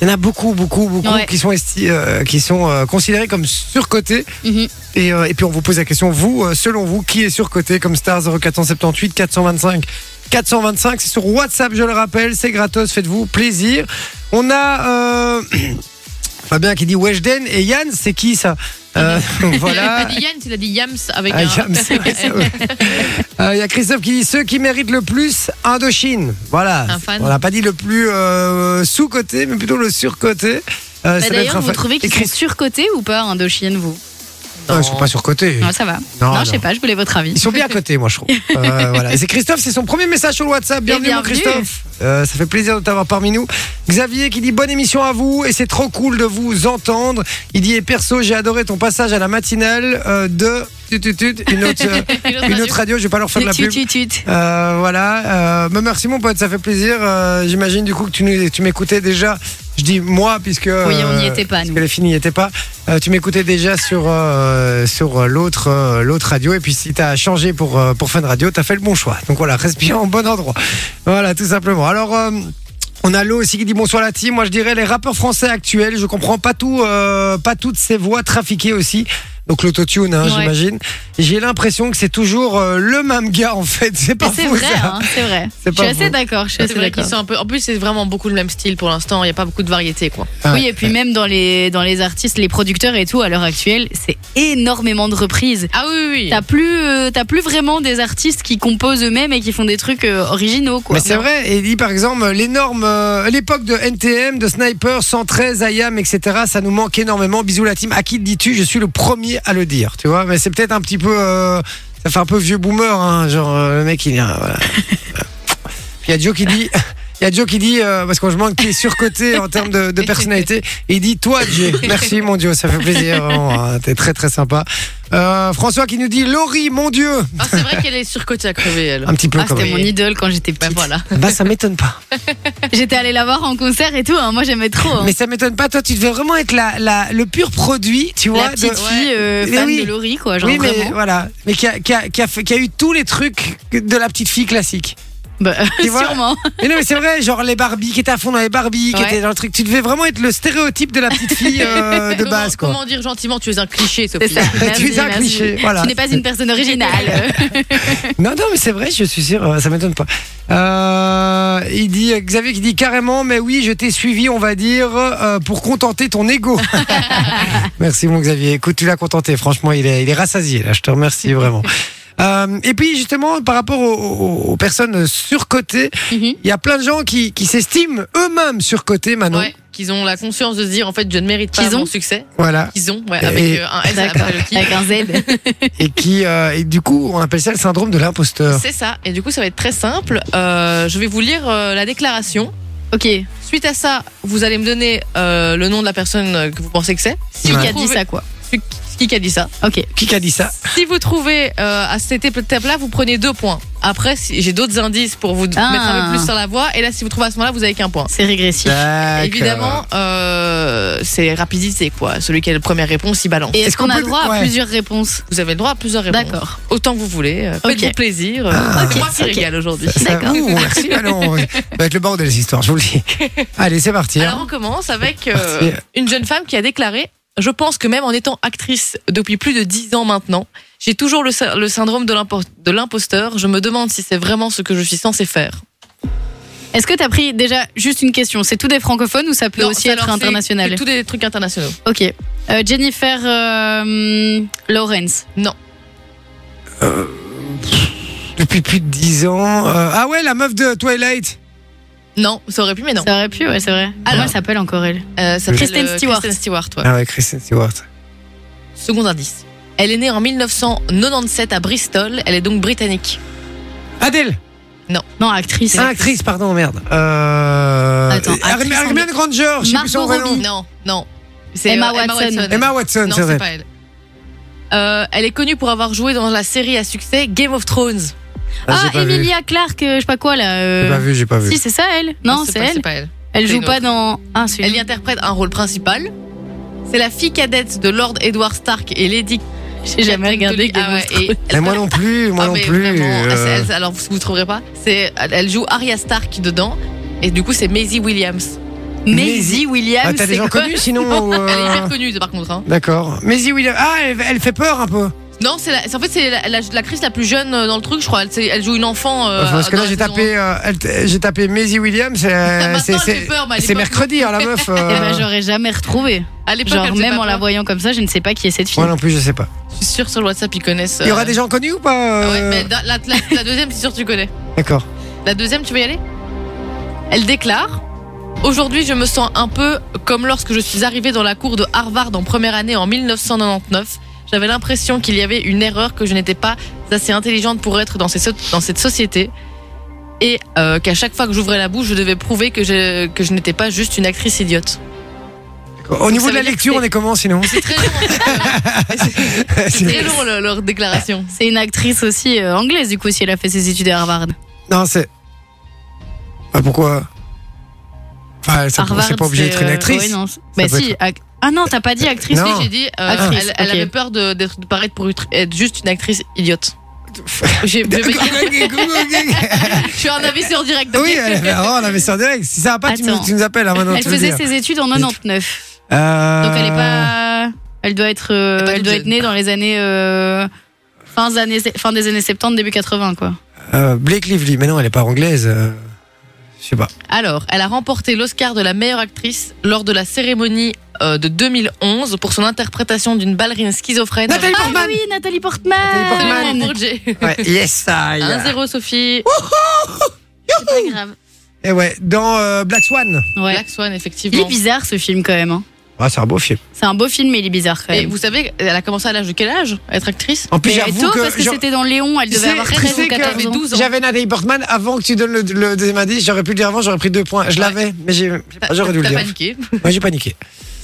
Speaker 2: Il y en a beaucoup, beaucoup, beaucoup
Speaker 3: Ouais.
Speaker 2: qui sont, esti- euh, qui sont euh, considérés comme surcotés.
Speaker 3: Mhm.
Speaker 2: Et, euh, et puis on vous pose la question, vous, euh, selon vous, qui est surcoté comme Star 0478 425 425 C'est sur WhatsApp, je le rappelle, c'est gratos, faites-vous plaisir. On a euh, [CLEARS THROAT] Fabien qui dit Weshden et Yann, c'est qui ça
Speaker 3: [LAUGHS]
Speaker 2: Euh, Voilà.
Speaker 4: Il a pas dit Yann, il a dit Yams avec
Speaker 2: Ah,
Speaker 4: un.
Speaker 2: Yams, c'est vrai, c'est vrai. Euh, Il y a Christophe qui dit ceux qui méritent le plus Indochine. Voilà.
Speaker 4: Un fan.
Speaker 2: On n'a pas dit le plus euh, sous-côté, mais plutôt le sur-côté. Euh,
Speaker 3: Bah,
Speaker 2: ça doit être
Speaker 3: D'ailleurs,
Speaker 2: un
Speaker 3: vous
Speaker 2: fan.
Speaker 3: trouvez
Speaker 2: Et
Speaker 3: qu'ils sont
Speaker 2: Christ-
Speaker 3: surcotés ou pas, Indochine, vous
Speaker 2: Non, ils sont pas surcotés.
Speaker 3: Non, ça va.
Speaker 2: Non,
Speaker 3: Non, je sais
Speaker 2: non.
Speaker 3: pas, je voulais votre avis.
Speaker 2: Ils sont bien à côté, moi, je trouve.
Speaker 3: [LAUGHS]
Speaker 2: Euh, voilà. Et C'est Christophe, c'est son premier message sur le WhatsApp. Bienvenue,
Speaker 3: Et
Speaker 2: mon
Speaker 3: Eh bienvenue.
Speaker 2: Christophe. Euh, ça fait plaisir de t'avoir parmi nous. Xavier qui dit bonne émission à vous et c'est trop cool de vous entendre. Il dit et perso, j'ai adoré ton passage à la matinale euh, de tut, tut, tut, une
Speaker 3: [LAUGHS]
Speaker 2: autre, euh, une autre radio. Je vais pas leur faire de la
Speaker 3: Tut,
Speaker 2: pub.
Speaker 3: tut, tut.
Speaker 2: Euh, voilà. Euh, mais merci mon pote, ça fait plaisir. Euh, J'imagine du coup que tu, nous- tu m'écoutais déjà. Je dis moi puisque
Speaker 3: Oui, on n'y
Speaker 2: euh,
Speaker 3: était pas,
Speaker 2: parce
Speaker 3: nous.
Speaker 2: que les filles n'y étaient pas. Euh, tu m'écoutais déjà sur euh, sur euh, l'autre euh, l'autre radio et puis si t'as changé pour euh, pour Fun Radio, t'as fait le bon choix. Donc voilà, [LAUGHS] reste bien au bon endroit. Voilà, tout simplement. Alors. euh, on a Lo aussi qui dit bonsoir la team. Moi je dirais les rappeurs français actuels. Je comprends pas tout, euh, pas toutes ces voix trafiquées aussi. Donc l'autotune, hein,
Speaker 3: Ouais.
Speaker 2: j'imagine. J'ai l'impression que c'est toujours euh, le même gars en fait. C'est pas
Speaker 3: Mais C'est
Speaker 2: fou,
Speaker 3: vrai,
Speaker 2: ça.
Speaker 3: hein, c'est vrai.
Speaker 2: C'est
Speaker 3: Je suis
Speaker 2: pas
Speaker 3: assez
Speaker 2: faux.
Speaker 3: d'accord. Je suis
Speaker 4: C'est
Speaker 3: assez
Speaker 4: vrai qu'ils
Speaker 3: d'accord.
Speaker 4: sont un peu. En plus, c'est vraiment beaucoup le même style pour l'instant. Il n'y a pas beaucoup de variété, quoi.
Speaker 2: Ah,
Speaker 3: Oui, et puis même dans les, dans les artistes, les producteurs et tout, à l'heure actuelle, c'est énormément de reprises.
Speaker 4: Ah oui, oui, oui.
Speaker 3: T'as plus, euh, t'as plus vraiment des artistes qui composent eux-mêmes et qui font des trucs euh, originaux, quoi.
Speaker 2: Mais c'est vrai, et il dit par exemple l'énorme euh, l'époque de NTM, de Sniper, 113, IAM, etc. Ça nous manque énormément. Bisous la team. À qui le dis-tu Je suis le premier à le dire. Tu vois, mais c'est peut-être un petit peu, euh, ça fait un peu vieux boomer. hein, genre euh, le mec il est. euh, voilà. [LAUGHS] Puis il y a Joe qui dit. Il y a Joe qui dit, euh, parce qu'on je demande qui est surcoté en termes de, de personnalité, et il dit Toi, Jay, merci mon Dieu, ça fait plaisir, vraiment, hein, t'es très très sympa. Euh, François qui nous dit Laurie, mon Dieu
Speaker 4: Ah, c'est vrai qu'elle est surcotée à crever, elle.
Speaker 2: Un petit peu
Speaker 3: Ah,
Speaker 2: quand
Speaker 3: c'était
Speaker 2: même.
Speaker 3: mon idole quand j'étais
Speaker 4: Ben
Speaker 3: petite.
Speaker 4: voilà.
Speaker 2: Bah, ça m'étonne pas.
Speaker 3: J'étais allée la voir en concert et tout. hein, Moi, j'aimais trop. hein.
Speaker 2: Mais ça m'étonne pas, toi tu devais vraiment être la, la- le pur produit, tu vois.
Speaker 3: La petite
Speaker 2: de-
Speaker 3: fille euh,
Speaker 2: Mais
Speaker 3: fan
Speaker 2: oui.
Speaker 3: de Laurie, quoi. Genre
Speaker 2: Oui, mais
Speaker 3: vraiment.
Speaker 2: voilà, mais qui a, qui a- qui a fait- qui a eu tous les trucs de la petite fille classique.
Speaker 3: Bah,
Speaker 2: euh, Tu vois
Speaker 3: sûrement.
Speaker 2: Mais non, mais c'est vrai, genre les Barbies qui étaient à fond dans les Barbies, qui
Speaker 3: Ouais.
Speaker 2: étaient dans le truc. Tu devais vraiment être le stéréotype de la petite fille euh, de
Speaker 3: [LAUGHS]
Speaker 4: Comment-
Speaker 2: base, quoi.
Speaker 4: Comment dire gentiment, tu es un cliché,
Speaker 3: C'est
Speaker 4: Sophie.
Speaker 3: ça. Merci,
Speaker 2: es un
Speaker 3: merci.
Speaker 2: cliché, voilà.
Speaker 3: Tu n'es pas une personne originale. euh,
Speaker 2: Non, non, mais c'est vrai, je suis sûr, euh, ça m'étonne pas. Euh, il dit, euh, Xavier qui dit carrément, mais oui, je t'ai suivi, on va dire, euh, pour contenter ton ego.
Speaker 4: [LAUGHS]
Speaker 2: Merci, mon Xavier. Écoute, tu l'as contenté, franchement, il est, il est rassasié, là, je te remercie vraiment. Euh, et puis justement par rapport aux, aux- aux personnes surcotées,
Speaker 3: Mhm.
Speaker 2: il y a plein de gens qui, qui s'estiment eux-mêmes surcotés Manon.
Speaker 4: Ouais. Qu'ils ont la conscience de se dire, en fait, je ne mérite pas
Speaker 3: Qu'ils ont
Speaker 4: mon succès.
Speaker 2: Voilà.
Speaker 4: Qu'ils ont, ouais, avec
Speaker 2: Et-
Speaker 4: euh, un S
Speaker 3: D'accord.
Speaker 4: après le qui.
Speaker 3: Avec un Z.
Speaker 2: Et qui euh, et du coup on appelle ça le syndrome de l'imposteur.
Speaker 4: C'est ça. Et du coup, ça va être très simple. Euh, je vais vous lire euh, la déclaration
Speaker 3: Ok.
Speaker 4: Suite à ça, vous allez me donner euh, le nom de la personne euh, que vous pensez que c'est.
Speaker 3: Celui
Speaker 2: Ouais.
Speaker 3: qui a dit ça, quoi.
Speaker 4: Celui qui- qui a dit ça.
Speaker 3: Ok.
Speaker 2: Qui a dit ça
Speaker 4: Si vous trouvez euh, à cette étape-là, vous prenez deux points. Après, si- j'ai d'autres indices pour vous
Speaker 3: Ah.
Speaker 4: mettre un peu plus sur la voie. Et là, si vous trouvez à ce moment-là, vous avez qu'un point.
Speaker 3: C'est régressif.
Speaker 2: D'accord.
Speaker 4: Évidemment, euh, c'est rapidité, quoi. Celui qui a la première réponse, il balance.
Speaker 3: Et
Speaker 2: Est-ce
Speaker 3: est-ce qu'on
Speaker 2: qu'on
Speaker 3: a
Speaker 2: peut-
Speaker 3: droit à
Speaker 2: ouais.
Speaker 3: plusieurs réponses
Speaker 4: Vous avez le droit à plusieurs réponses.
Speaker 3: D'accord.
Speaker 4: Autant que vous voulez. euh,
Speaker 3: Ok.
Speaker 4: Faites-vous plaisir. euh,
Speaker 2: Ah.
Speaker 4: c'est moi qui
Speaker 3: Ok.
Speaker 4: régale aujourd'hui.
Speaker 2: Ça-
Speaker 3: D'accord.
Speaker 2: Ouh, merci, allons. [LAUGHS] Ça va être le bordel, les histoires, je vous le
Speaker 4: [LAUGHS]
Speaker 2: dis. Allez, c'est parti. hein.
Speaker 4: Alors, on commence avec euh,
Speaker 2: Merci.
Speaker 4: une jeune femme qui a déclaré Je pense que même en étant actrice depuis plus de 10 ans maintenant, j'ai toujours le, sy- le syndrome de l'impo- de l'imposteur. Je me demande si c'est vraiment ce que je suis censée faire.
Speaker 3: Est-ce que t'as pris déjà juste une question C'est tout des francophones ou ça peut
Speaker 4: Non,
Speaker 3: aussi
Speaker 4: ça
Speaker 3: être
Speaker 4: leur fait
Speaker 3: international
Speaker 4: que Tous des trucs internationaux.
Speaker 3: Ok. Euh, Jennifer euh, Lawrence.
Speaker 2: Depuis plus de 10 ans. euh, Ah ouais, la meuf de Twilight.
Speaker 4: Non, ça aurait pu, mais non.
Speaker 3: Ça aurait pu, ouais, c'est vrai. Alors, elle s'appelle encore elle.
Speaker 4: Euh, ça s'appelle,
Speaker 3: Kristen
Speaker 4: euh,
Speaker 3: Stewart.
Speaker 4: Kristen Stewart, ouais.
Speaker 2: Ah ouais, Kristen Stewart.
Speaker 4: Second indice. Elle est née en 1997 à Bristol. Elle est donc britannique.
Speaker 2: Adèle.
Speaker 3: Non, actrice.
Speaker 2: Ah, actrice, pardon, merde. Euh...
Speaker 3: Attends,
Speaker 2: Ar-
Speaker 3: actrice en-
Speaker 2: Hermione Granger, je sais plus son
Speaker 3: Margot
Speaker 2: prénom.
Speaker 3: Robbie.
Speaker 4: Non, non. C'est
Speaker 3: Emma
Speaker 4: euh,
Speaker 3: Watson.
Speaker 2: Emma Watson,
Speaker 4: Non,
Speaker 2: c'est
Speaker 4: c'est
Speaker 2: vrai.
Speaker 4: pas elle. Euh, elle est connue pour avoir joué dans la série à succès Game of Thrones.
Speaker 2: Ah,
Speaker 3: Ah,
Speaker 2: j'ai pas vu.
Speaker 3: Emilia Clarke, euh, je sais pas quoi là. euh,
Speaker 2: J'ai pas vu, j'ai pas vu.
Speaker 3: Si, c'est ça elle Non, c'est
Speaker 4: pas-
Speaker 3: elle.
Speaker 4: pas elle.
Speaker 3: Elle
Speaker 4: C'est
Speaker 3: joue
Speaker 4: une
Speaker 3: pas
Speaker 4: autre.
Speaker 3: dans. Ah, c'est
Speaker 4: Elle y interprète un rôle principal. C'est la fille cadette de Lord Edward Stark et Lady.
Speaker 3: J'ai ah jamais regardé Game of Thrones.
Speaker 2: Mais moi non plus, moi
Speaker 4: Ah,
Speaker 2: non
Speaker 4: mais
Speaker 2: plus.
Speaker 4: vraiment,
Speaker 2: euh,
Speaker 4: c'est elle, alors vous vous trouverez pas. C'est elle, elle joue Arya Stark dedans et du coup c'est Maisie Williams.
Speaker 3: Maisie Williams.
Speaker 2: ah, T'as des
Speaker 3: c'est
Speaker 2: gens
Speaker 3: quoi
Speaker 2: connus sinon ou,
Speaker 4: [LAUGHS] Elle est
Speaker 2: euh,
Speaker 4: hyper connue par contre. hein.
Speaker 2: D'accord. Maisie Williams. Ah, elle, elle fait peur un peu.
Speaker 4: Non, c'est la- c'est- en fait c'est la, la, l'actrice la plus jeune euh, dans le truc, je crois. Elle, c'est- elle joue une enfant. euh,
Speaker 2: Parce que
Speaker 4: dans
Speaker 2: là,
Speaker 4: la
Speaker 2: j'ai
Speaker 4: saison un.
Speaker 2: tapé, euh, elle- j'ai tapé Maisie Williams. euh,
Speaker 4: [LAUGHS] Maintenant,
Speaker 2: c'est-
Speaker 4: elle fait
Speaker 2: C'est
Speaker 4: peur, mais à
Speaker 2: c'est
Speaker 4: l'époque,
Speaker 2: mercredi, hein, la meuf.
Speaker 3: Eh ben,
Speaker 2: euh,
Speaker 3: j'aurais jamais retrouvé.
Speaker 4: À l'époque, elle
Speaker 3: Genre,
Speaker 4: faisait
Speaker 3: même
Speaker 4: pas
Speaker 3: en la
Speaker 4: peur.
Speaker 3: voyant comme ça, je ne sais pas qui est cette fille.
Speaker 2: Moi non plus, je sais pas.
Speaker 4: Je suis sûre sur le WhatsApp ils connaissent.
Speaker 2: Il y aura
Speaker 4: euh,
Speaker 2: des gens connus ou pas
Speaker 4: Ah ouais,
Speaker 2: euh,
Speaker 4: mais dans- la, la- la deuxième, c'est sûr que tu connais.
Speaker 2: D'accord.
Speaker 4: La deuxième, tu veux y aller Elle déclare Aujourd'hui, je me sens un peu comme lorsque je suis arrivée dans la cour de Harvard en première année en 1999. J'avais l'impression qu'il y avait une erreur, que je n'étais pas assez intelligente pour être dans, ces so- dans cette société. Et euh, qu'à chaque fois que j'ouvrais la bouche, je devais prouver que je, que je n'étais pas juste une actrice idiote.
Speaker 2: Au niveau
Speaker 4: ça
Speaker 2: de la
Speaker 4: veut dire que
Speaker 2: lecture,
Speaker 4: c'est-
Speaker 2: on est comment sinon
Speaker 4: C'est très long,
Speaker 2: [LAUGHS]
Speaker 4: c'est très long le- leur déclaration.
Speaker 3: C'est une actrice aussi euh, anglaise, du coup, si elle a fait ses études à Harvard.
Speaker 2: Non, c'est. Ah, pourquoi Enfin, ça-
Speaker 3: Harvard,
Speaker 2: c'est pas obligé d'être une
Speaker 3: euh,
Speaker 2: actrice.
Speaker 3: ouais, non, c'est- bah
Speaker 2: peut
Speaker 3: si. ac- Ah non, t'as pas dit actrice.
Speaker 2: Non.
Speaker 3: oui,
Speaker 4: J'ai dit, euh,
Speaker 3: Actrice,
Speaker 4: elle, elle
Speaker 3: ok.
Speaker 4: avait peur de, d'être- de paraître pour être- être juste une actrice idiote. J'ai-
Speaker 2: [LAUGHS]
Speaker 4: je me- je suis un aviseur direct. ok
Speaker 2: oui, elle avait, oh, elle avait ça en direct. Si ça va pas, tu nous,
Speaker 3: Attends.
Speaker 2: tu nous appelles. Hein, maintenant,
Speaker 3: j'ai- Elle
Speaker 2: tu veux
Speaker 3: faisait
Speaker 2: dire.
Speaker 3: ses études en 99.
Speaker 2: Euh,
Speaker 3: Donc elle est pas. Elle doit être. euh,
Speaker 4: Elle est
Speaker 3: Elle,
Speaker 4: pas toute
Speaker 3: doit être
Speaker 4: jeune.
Speaker 3: née dans les années. euh, Fin des années, fin des années 70, début 80, quoi.
Speaker 2: euh, Blake Lively, mais non, elle est pas anglaise. euh, Je sais pas.
Speaker 4: Alors, elle a remporté l'Oscar de la meilleure actrice lors de la cérémonie euh, de 2011 pour son interprétation d'une ballerine schizophrène.
Speaker 2: Nathalie
Speaker 4: Ah,
Speaker 2: Portman
Speaker 3: oui, Nathalie Portman
Speaker 2: Nathalie Portman.
Speaker 4: Absolument, pour Jay.
Speaker 2: ouais, Yes, I.
Speaker 4: 1-0 Sophie.
Speaker 3: C'est pas grave.
Speaker 2: Et ouais, dans euh, Black Swan.
Speaker 3: Ouais.
Speaker 4: Black Swan,
Speaker 3: Il est
Speaker 4: effectivement.
Speaker 3: bizarre ce film quand même. hein.
Speaker 2: Ah, c'est un beau film.
Speaker 3: C'est un beau film, mais il est bizarre quand
Speaker 4: Et
Speaker 3: même.
Speaker 4: vous savez, elle a commencé à l'âge de quel âge à Être actrice
Speaker 2: En plus,
Speaker 3: Mais
Speaker 2: j'avoue
Speaker 3: tôt,
Speaker 2: que.
Speaker 3: parce que
Speaker 2: genre-
Speaker 3: c'était dans Léon, elle
Speaker 2: tu
Speaker 3: devait
Speaker 2: sais-
Speaker 3: avoir
Speaker 2: tu
Speaker 3: 13
Speaker 2: sais
Speaker 3: ou
Speaker 2: que
Speaker 3: 14 ans.
Speaker 4: 12 ans.
Speaker 2: J'avais Nathalie Portman avant que tu donnes le, le deuxième indice. J'aurais pu le dire avant, j'aurais pris deux points. Je
Speaker 4: Ouais.
Speaker 2: l'avais, mais j'ai-
Speaker 4: T'as-
Speaker 2: j'aurais dû le
Speaker 4: t'as
Speaker 2: dire.
Speaker 4: paniqué.
Speaker 2: Moi, j'ai paniqué.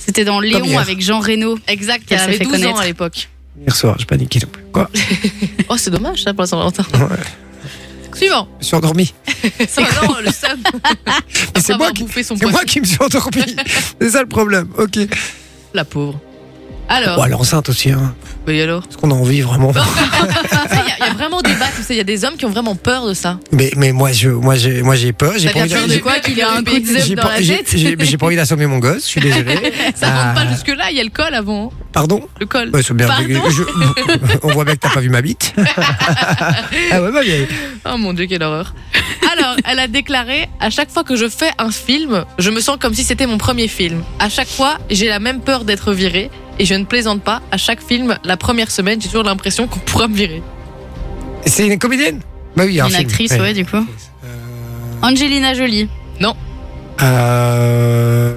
Speaker 3: C'était dans
Speaker 2: Comme
Speaker 3: Léon
Speaker 2: hier.
Speaker 3: avec Jean Reno.
Speaker 4: Exact,
Speaker 3: Elle
Speaker 4: elle
Speaker 3: s'est
Speaker 4: avait
Speaker 3: fait
Speaker 4: 12 ans
Speaker 3: connaître.
Speaker 4: à l'époque.
Speaker 2: Hier soir, j'ai paniqué non plus.
Speaker 4: [LAUGHS]
Speaker 2: Quoi
Speaker 4: Oh, c'est dommage ça pour
Speaker 2: [LAUGHS]
Speaker 4: la Saint-Valentin.
Speaker 2: Ouais.
Speaker 4: Suivant.
Speaker 2: Je me suis endormi.
Speaker 4: Non,
Speaker 2: [LAUGHS]
Speaker 4: le seum.
Speaker 2: Mais
Speaker 4: Après
Speaker 2: c'est moi
Speaker 4: avoir
Speaker 2: qui.
Speaker 4: bouffé son
Speaker 2: C'est
Speaker 4: poisson.
Speaker 2: moi qui me suis
Speaker 4: [LAUGHS]
Speaker 2: endormi. c'est ça le problème. Ok.
Speaker 4: La pauvre. Alors,
Speaker 2: Bon, elle est enceinte aussi. Hein.
Speaker 4: oui, alors
Speaker 2: Parce qu'on a envie vraiment.
Speaker 4: Ça, Il y, a- il y a vraiment des bats, tu sais, il y a des hommes qui ont vraiment peur de ça.
Speaker 2: [LAUGHS] mais, mais moi, je, moi, j'ai, moi, j'ai peur. J'ai
Speaker 4: T'as
Speaker 2: pas envie
Speaker 4: bien peur
Speaker 2: j'ai-
Speaker 4: de quoi Qu'il ait un coup de
Speaker 2: j'ai
Speaker 4: zèbre dans
Speaker 2: pas-
Speaker 4: la
Speaker 2: j'ai-
Speaker 4: tête [LAUGHS]
Speaker 2: j'ai- j'ai pas envie d'assommer mon gosse. Je suis désolé.
Speaker 4: Ça rentre
Speaker 2: Ah.
Speaker 4: pas jusque-là, il y a le col avant. hein.
Speaker 2: Pardon.
Speaker 4: Le col.
Speaker 2: Ouais, c'est bien.
Speaker 4: Pardon
Speaker 2: Je- [LAUGHS] on voit bien que t'as pas vu ma
Speaker 4: [LAUGHS]
Speaker 2: bite. ah ouais, ma vieille.
Speaker 4: Oh mon dieu, quelle horreur. [LAUGHS] Alors, elle a déclaré À chaque fois que je fais un film, je me sens comme si c'était mon premier film. À chaque fois, j'ai la même peur d'être virée. Et je ne plaisante pas, à chaque film, la première semaine, j'ai toujours l'impression qu'on pourra me virer.
Speaker 2: C'est une comédienne. Bah oui, il y a un
Speaker 3: Une
Speaker 2: film.
Speaker 3: actrice,
Speaker 2: Ouais.
Speaker 3: ouais, du coup.
Speaker 2: Euh,
Speaker 3: Angelina Jolie.
Speaker 2: euh,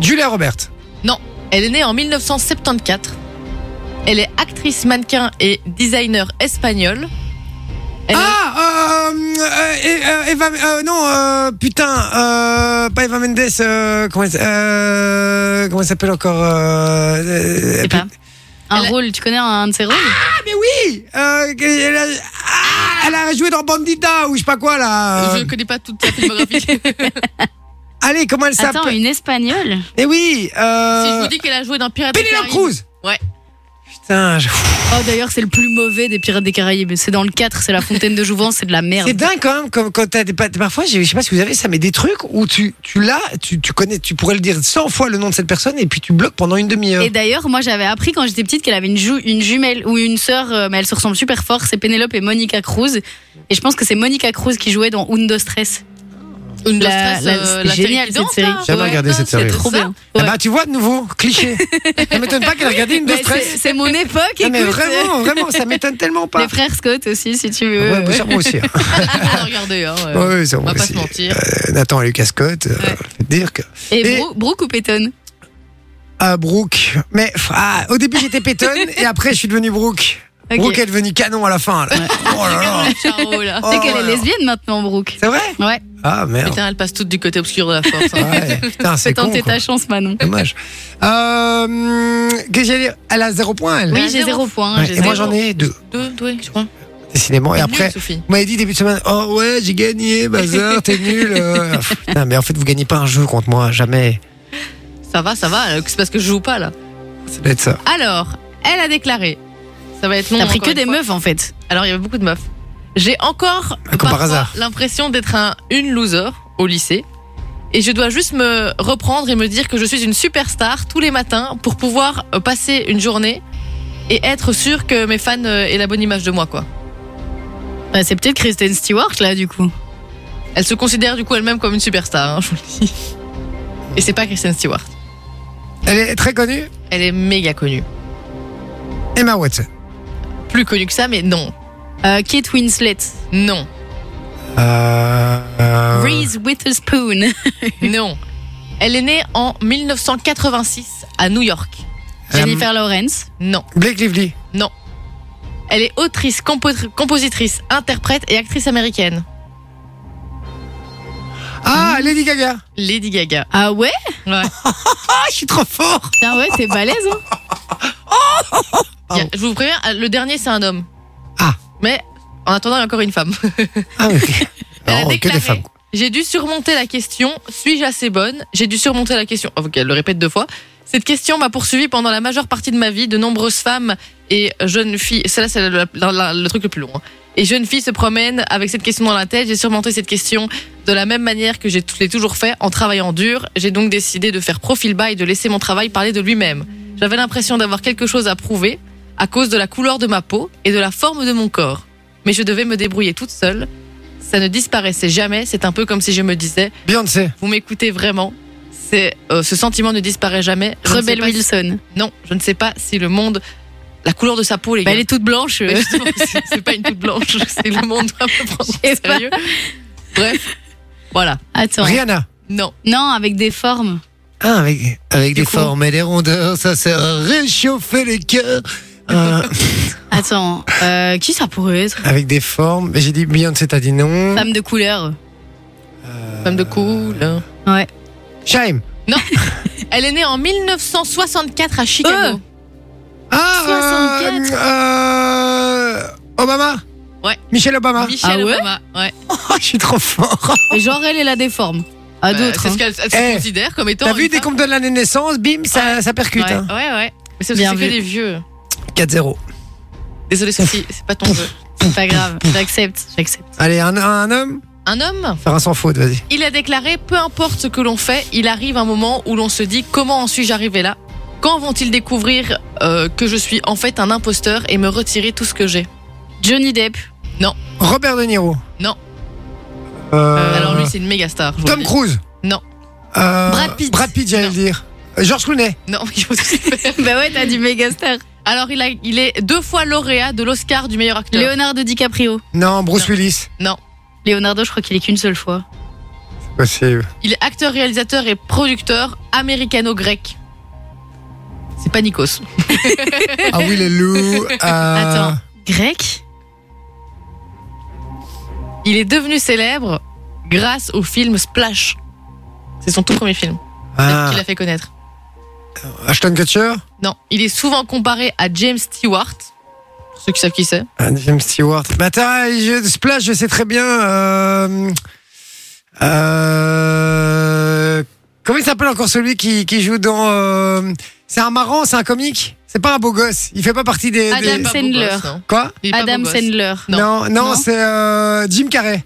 Speaker 2: Julia Robert.
Speaker 4: Elle est née en 1974. Elle est actrice, mannequin et designer espagnole. Elle-
Speaker 2: Ah, euh, euh, et- euh, Eva, euh, non, euh, putain, euh, pas Eva Mendes, euh, comment elle, s- euh, comment elle s'appelle encore euh, euh,
Speaker 3: Je sais
Speaker 2: put-
Speaker 3: pas. Un
Speaker 4: Elle a-
Speaker 3: rôle, tu connais un de ses rôles
Speaker 2: Ah, mais oui euh, elle, a, ah, elle a joué dans Bandita ou je sais pas quoi là.
Speaker 4: Je connais pas toute sa [LAUGHS] filmographie. si
Speaker 2: Allez, comment elle
Speaker 3: Attends,
Speaker 2: s'appelle
Speaker 3: une espagnole
Speaker 2: Eh oui euh,
Speaker 4: je vous dis qu'elle a joué dans Pirates des
Speaker 2: Penelope
Speaker 4: Caraïbes.
Speaker 2: Cruz
Speaker 4: Ouais.
Speaker 2: Putain, je-
Speaker 3: Oh, d'ailleurs, c'est le plus mauvais des Pirates des Caraïbes. C'est dans le 4, c'est la fontaine de Jouvence, c'est de la merde.
Speaker 2: c'est dingue quand même, comme quand t'as des pa- parfois, je je sais pas si vous avez ça, mais des trucs où tu, tu l'as, tu, tu connais, tu pourrais le dire 100 fois le nom de cette personne et puis tu bloques pendant une demi-heure.
Speaker 3: Et d'ailleurs, moi j'avais appris quand j'étais petite qu'elle avait une, jou- une jumelle ou une sœur, euh, mais elles se ressemblent super fort. C'est Pénélope et Monica Cruz. Et je pense que c'est Monica Cruz qui jouait dans Un dos Stress.
Speaker 4: Une
Speaker 3: La-
Speaker 4: Stress,
Speaker 3: la-
Speaker 4: euh,
Speaker 3: c'était
Speaker 4: la série
Speaker 3: génial,
Speaker 4: qui
Speaker 3: cette
Speaker 4: danse,
Speaker 3: série.
Speaker 4: là.
Speaker 2: J'avais
Speaker 4: Ouais,
Speaker 2: regardé cette
Speaker 4: c'est
Speaker 2: série.
Speaker 4: trop bien.
Speaker 2: Ah bah, tu vois, de nouveau, cliché. ça m'étonne pas qu'elle regardait une de
Speaker 3: Mais c'est-
Speaker 2: stress.
Speaker 3: C'est mon époque.
Speaker 2: Non, mais
Speaker 3: écoute.
Speaker 2: vraiment, vraiment, ça m'étonne tellement pas.
Speaker 3: Les frères Scott aussi, si tu veux.
Speaker 2: Ouais, bah, ça, moi aussi. hein.
Speaker 4: On a regardé, hein, ouais.
Speaker 2: Ouais, ouais, ça,
Speaker 4: On
Speaker 2: moi
Speaker 4: va pas
Speaker 2: aussi.
Speaker 4: se mentir.
Speaker 2: Euh, Nathan et Lucas Scott, euh,
Speaker 4: Ouais.
Speaker 2: faut dire que.
Speaker 3: Et,
Speaker 2: Et-
Speaker 3: Brooke, Brooke ou Peyton
Speaker 2: Ah, Brooke. Mais pff, ah, au début, j'étais pétonne et après, je suis devenu Brooke.
Speaker 3: Ok.
Speaker 2: Brooke est devenue canon à la fin. là. [LAUGHS] Oh là là.
Speaker 4: Charo, là.
Speaker 2: Oh
Speaker 3: Tu sais qu'elle
Speaker 2: là
Speaker 3: est
Speaker 2: là.
Speaker 3: lesbienne maintenant, Brooke.
Speaker 2: C'est vrai
Speaker 3: Ouais,
Speaker 2: Ah merde.
Speaker 4: Putain, elle passe toute du côté obscur de la force.
Speaker 2: [LAUGHS]
Speaker 4: hein.
Speaker 2: Ouais, putain, Ah, c'est
Speaker 3: t'as
Speaker 2: con.
Speaker 3: tenté
Speaker 2: quoi.
Speaker 3: ta chance, Manon.
Speaker 2: Dommage. Euh, hum, Qu'est-ce que j'allais dire Elle a zéro point, elle.
Speaker 3: Oui,
Speaker 4: Ah,
Speaker 3: j'ai
Speaker 4: zéro.
Speaker 3: zéro point. hein,
Speaker 2: Ouais,
Speaker 3: j'ai
Speaker 2: et moi,
Speaker 3: zéro.
Speaker 2: j'en ai deux,
Speaker 4: Deux, deux, je crois.
Speaker 2: décidément. Et
Speaker 4: Nul,
Speaker 2: après,
Speaker 4: Sophie.
Speaker 2: Vous m'avez dit début de semaine, oh ouais, j'ai gagné, bazar, t'es nul. euh. Ah, Putain, mais en fait, vous gagnez pas un jeu contre moi, jamais.
Speaker 4: Ça va, ça va. euh, C'est parce que je joue pas là.
Speaker 2: Ça doit être ça.
Speaker 4: Alors, elle a déclaré. Ça va être long.
Speaker 3: T'as pris
Speaker 4: encore
Speaker 3: que
Speaker 4: une
Speaker 3: des
Speaker 4: fois.
Speaker 3: meufs en fait.
Speaker 4: Alors, il y avait beaucoup de meufs. J'ai encore
Speaker 2: Ah, par
Speaker 4: parfois
Speaker 2: hasard.
Speaker 4: l'impression d'être un, une loser au lycée. Et je dois juste me reprendre et me dire que je suis une superstar tous les matins pour pouvoir euh, passer une journée et être sûr que mes fans euh, aient la bonne image de moi, quoi.
Speaker 3: Bah, c'est peut-être Kristen Stewart là, du coup.
Speaker 4: Elle se considère du coup elle-même comme une superstar, hein, je vous
Speaker 3: [LAUGHS]
Speaker 4: le dis. Et c'est pas Kristen Stewart.
Speaker 2: Elle est très connue,
Speaker 4: Elle est méga connue.
Speaker 2: Emma Watson.
Speaker 4: Plus connue que ça, mais non.
Speaker 3: Euh, Kate Winslet, [LAUGHS]
Speaker 4: Non.
Speaker 2: Euh, euh,
Speaker 3: Reese Witherspoon.
Speaker 4: Non. Elle est née en 1986 à New York.
Speaker 2: Euh,
Speaker 3: Jennifer Lawrence.
Speaker 4: Non.
Speaker 2: Blake Lively.
Speaker 4: Elle est autrice, compo- compositrice, interprète et actrice américaine.
Speaker 2: Ah, Lady Gaga.
Speaker 4: Lady Gaga.
Speaker 3: Ah ouais
Speaker 4: Ouais.
Speaker 2: Ah, je suis trop fort.
Speaker 3: Putain, ouais, t'es balèze, hein Ah,
Speaker 4: Il y a-
Speaker 3: oh.
Speaker 4: je vous préviens, le dernier c'est un homme.
Speaker 2: Ah.
Speaker 4: Mais en attendant, il y a encore une femme.
Speaker 2: Ah, oui.
Speaker 4: Elle a
Speaker 2: Non, que
Speaker 4: déclaré.
Speaker 2: des femmes. quoi.
Speaker 4: Euh, J'ai dû surmonter la question, suis-je assez bonne J'ai dû surmonter la question, oh, ok, elle le répète deux fois. Cette question m'a poursuivi pendant la majeure partie de ma vie. De nombreuses femmes et jeunes filles, celle-là c'est la- la- la- le truc le plus long, hein. et jeunes filles se promènent avec cette question dans la tête. J'ai surmonté cette question de la même manière que j'ai t- l'ai toujours fait, en travaillant dur. J'ai donc décidé de faire profil bas et de laisser mon travail parler de lui-même. J'avais l'impression d'avoir quelque chose à prouver à cause de la couleur de ma peau et de la forme de mon corps. Mais je devais me débrouiller toute seule ça ne disparaissait jamais. C'est un peu comme si je me disais,
Speaker 2: Beyoncé.
Speaker 4: vous m'écoutez vraiment. C'est euh, ce sentiment ne disparaît jamais. Je ne sais
Speaker 3: Rebelle
Speaker 4: pas si-
Speaker 3: Wilson.
Speaker 4: non, je ne sais pas si le monde, la couleur de sa peau, les
Speaker 3: Bah,
Speaker 4: gars.
Speaker 3: elle est toute blanche. euh.
Speaker 4: Mais justement, c'est- c'est pas une toute blanche. [LAUGHS] C'est le monde doit me prendre
Speaker 3: Je sais
Speaker 4: au sérieux. Bref, voilà.
Speaker 3: Attends.
Speaker 2: Rihanna.
Speaker 4: Non,
Speaker 3: Non, avec des formes.
Speaker 2: Ah, avec, avec
Speaker 4: Du
Speaker 2: des
Speaker 4: coup.
Speaker 2: formes et des rondeurs, ça sert à réchauffer les cœurs. Euh,
Speaker 3: Attends, euh, qui ça pourrait être
Speaker 2: avec des formes. J'ai dit Beyoncé, t'as dit non.
Speaker 3: Femme de couleur.
Speaker 4: femme de couleur.
Speaker 3: Ouais.
Speaker 2: Shaim.
Speaker 4: Elle est née en 1964 à Chicago.
Speaker 2: Ah, euh,
Speaker 3: 64.
Speaker 2: euh, Obama
Speaker 4: Ouais.
Speaker 2: Michel Obama
Speaker 4: Michel
Speaker 3: Ah ouais
Speaker 4: Obama. Ouais.
Speaker 2: [LAUGHS] Oh, je suis trop fort
Speaker 3: Et genre, elle, elle a des formes. À
Speaker 4: Bah,
Speaker 3: d'autres.
Speaker 4: C'est
Speaker 3: hein.
Speaker 4: ce qu'elle elle
Speaker 2: Eh,
Speaker 4: se considère comme étant.
Speaker 2: T'as vu,
Speaker 4: une
Speaker 2: dès qu'on
Speaker 4: femme.
Speaker 2: me donne l'année de naissance, bim, ça, ça percute.
Speaker 4: Ouais,
Speaker 2: hein.
Speaker 4: ouais, ouais. Mais c'est parce
Speaker 3: Bien
Speaker 4: que c'est
Speaker 3: vu.
Speaker 4: que des vieux.
Speaker 2: 4-0.
Speaker 4: Désolé Sophie, c'est pas ton jeu.
Speaker 3: C'est pas grave. J'accepte. J'accepte.
Speaker 2: Allez, un, un homme,
Speaker 4: Un homme
Speaker 2: faire un sans faute, vas-y.
Speaker 4: Il a déclaré Peu importe ce que l'on fait, il arrive un moment où l'on se dit Comment en suis-je arrivé là Quand vont-ils découvrir euh, que je suis en fait un imposteur et me retirer tout ce que j'ai
Speaker 3: Johnny Depp.
Speaker 2: Robert De Niro.
Speaker 4: Non.
Speaker 2: Euh,
Speaker 4: Alors lui, c'est une méga star. je vous
Speaker 2: Tom
Speaker 4: le dis.
Speaker 2: Cruise.
Speaker 4: Non.
Speaker 2: Euh,
Speaker 4: Brad Pitt.
Speaker 2: Brad Pitt, j'allais le
Speaker 4: Non.
Speaker 2: dire. Euh, George Clooney.
Speaker 4: Non, il faut tout faire.
Speaker 3: bah ouais, t'as du méga star.
Speaker 4: Alors il, a, il est deux fois lauréat de l'Oscar du meilleur acteur.
Speaker 3: Leonardo DiCaprio.
Speaker 2: Non, Bruce
Speaker 4: Non.
Speaker 2: Willis.
Speaker 3: Leonardo, je crois qu'il est qu'une seule fois.
Speaker 4: [LAUGHS]
Speaker 2: Possible.
Speaker 4: Il est acteur, réalisateur et producteur américano-grec. C'est pas Nikos.
Speaker 2: Ah oui, les loups. euh,
Speaker 3: Attends. Grec
Speaker 4: Il est devenu célèbre grâce au film Splash. C'est son tout premier film
Speaker 2: Ah,
Speaker 4: qui l'a fait connaître.
Speaker 2: Ashton Kutcher
Speaker 4: Non, il est souvent comparé à James Stewart. Pour ceux qui savent qui c'est.
Speaker 2: Ah, James Stewart. Bah, attends, je, Splash, je sais très bien. Euh, euh, comment il s'appelle encore celui qui, qui joue dans. euh, c'est un marrant, c'est un comique C'est pas un beau gosse. Il fait pas partie des.
Speaker 3: Adam
Speaker 2: des-
Speaker 4: Il est pas beau
Speaker 3: Sandler.
Speaker 4: gosse, non.
Speaker 2: Quoi
Speaker 4: Il est pas
Speaker 3: Adam
Speaker 4: beau gosse.
Speaker 3: Sandler.
Speaker 4: Non.
Speaker 2: non, non,
Speaker 3: Non.
Speaker 2: c'est euh, Jim Carrey.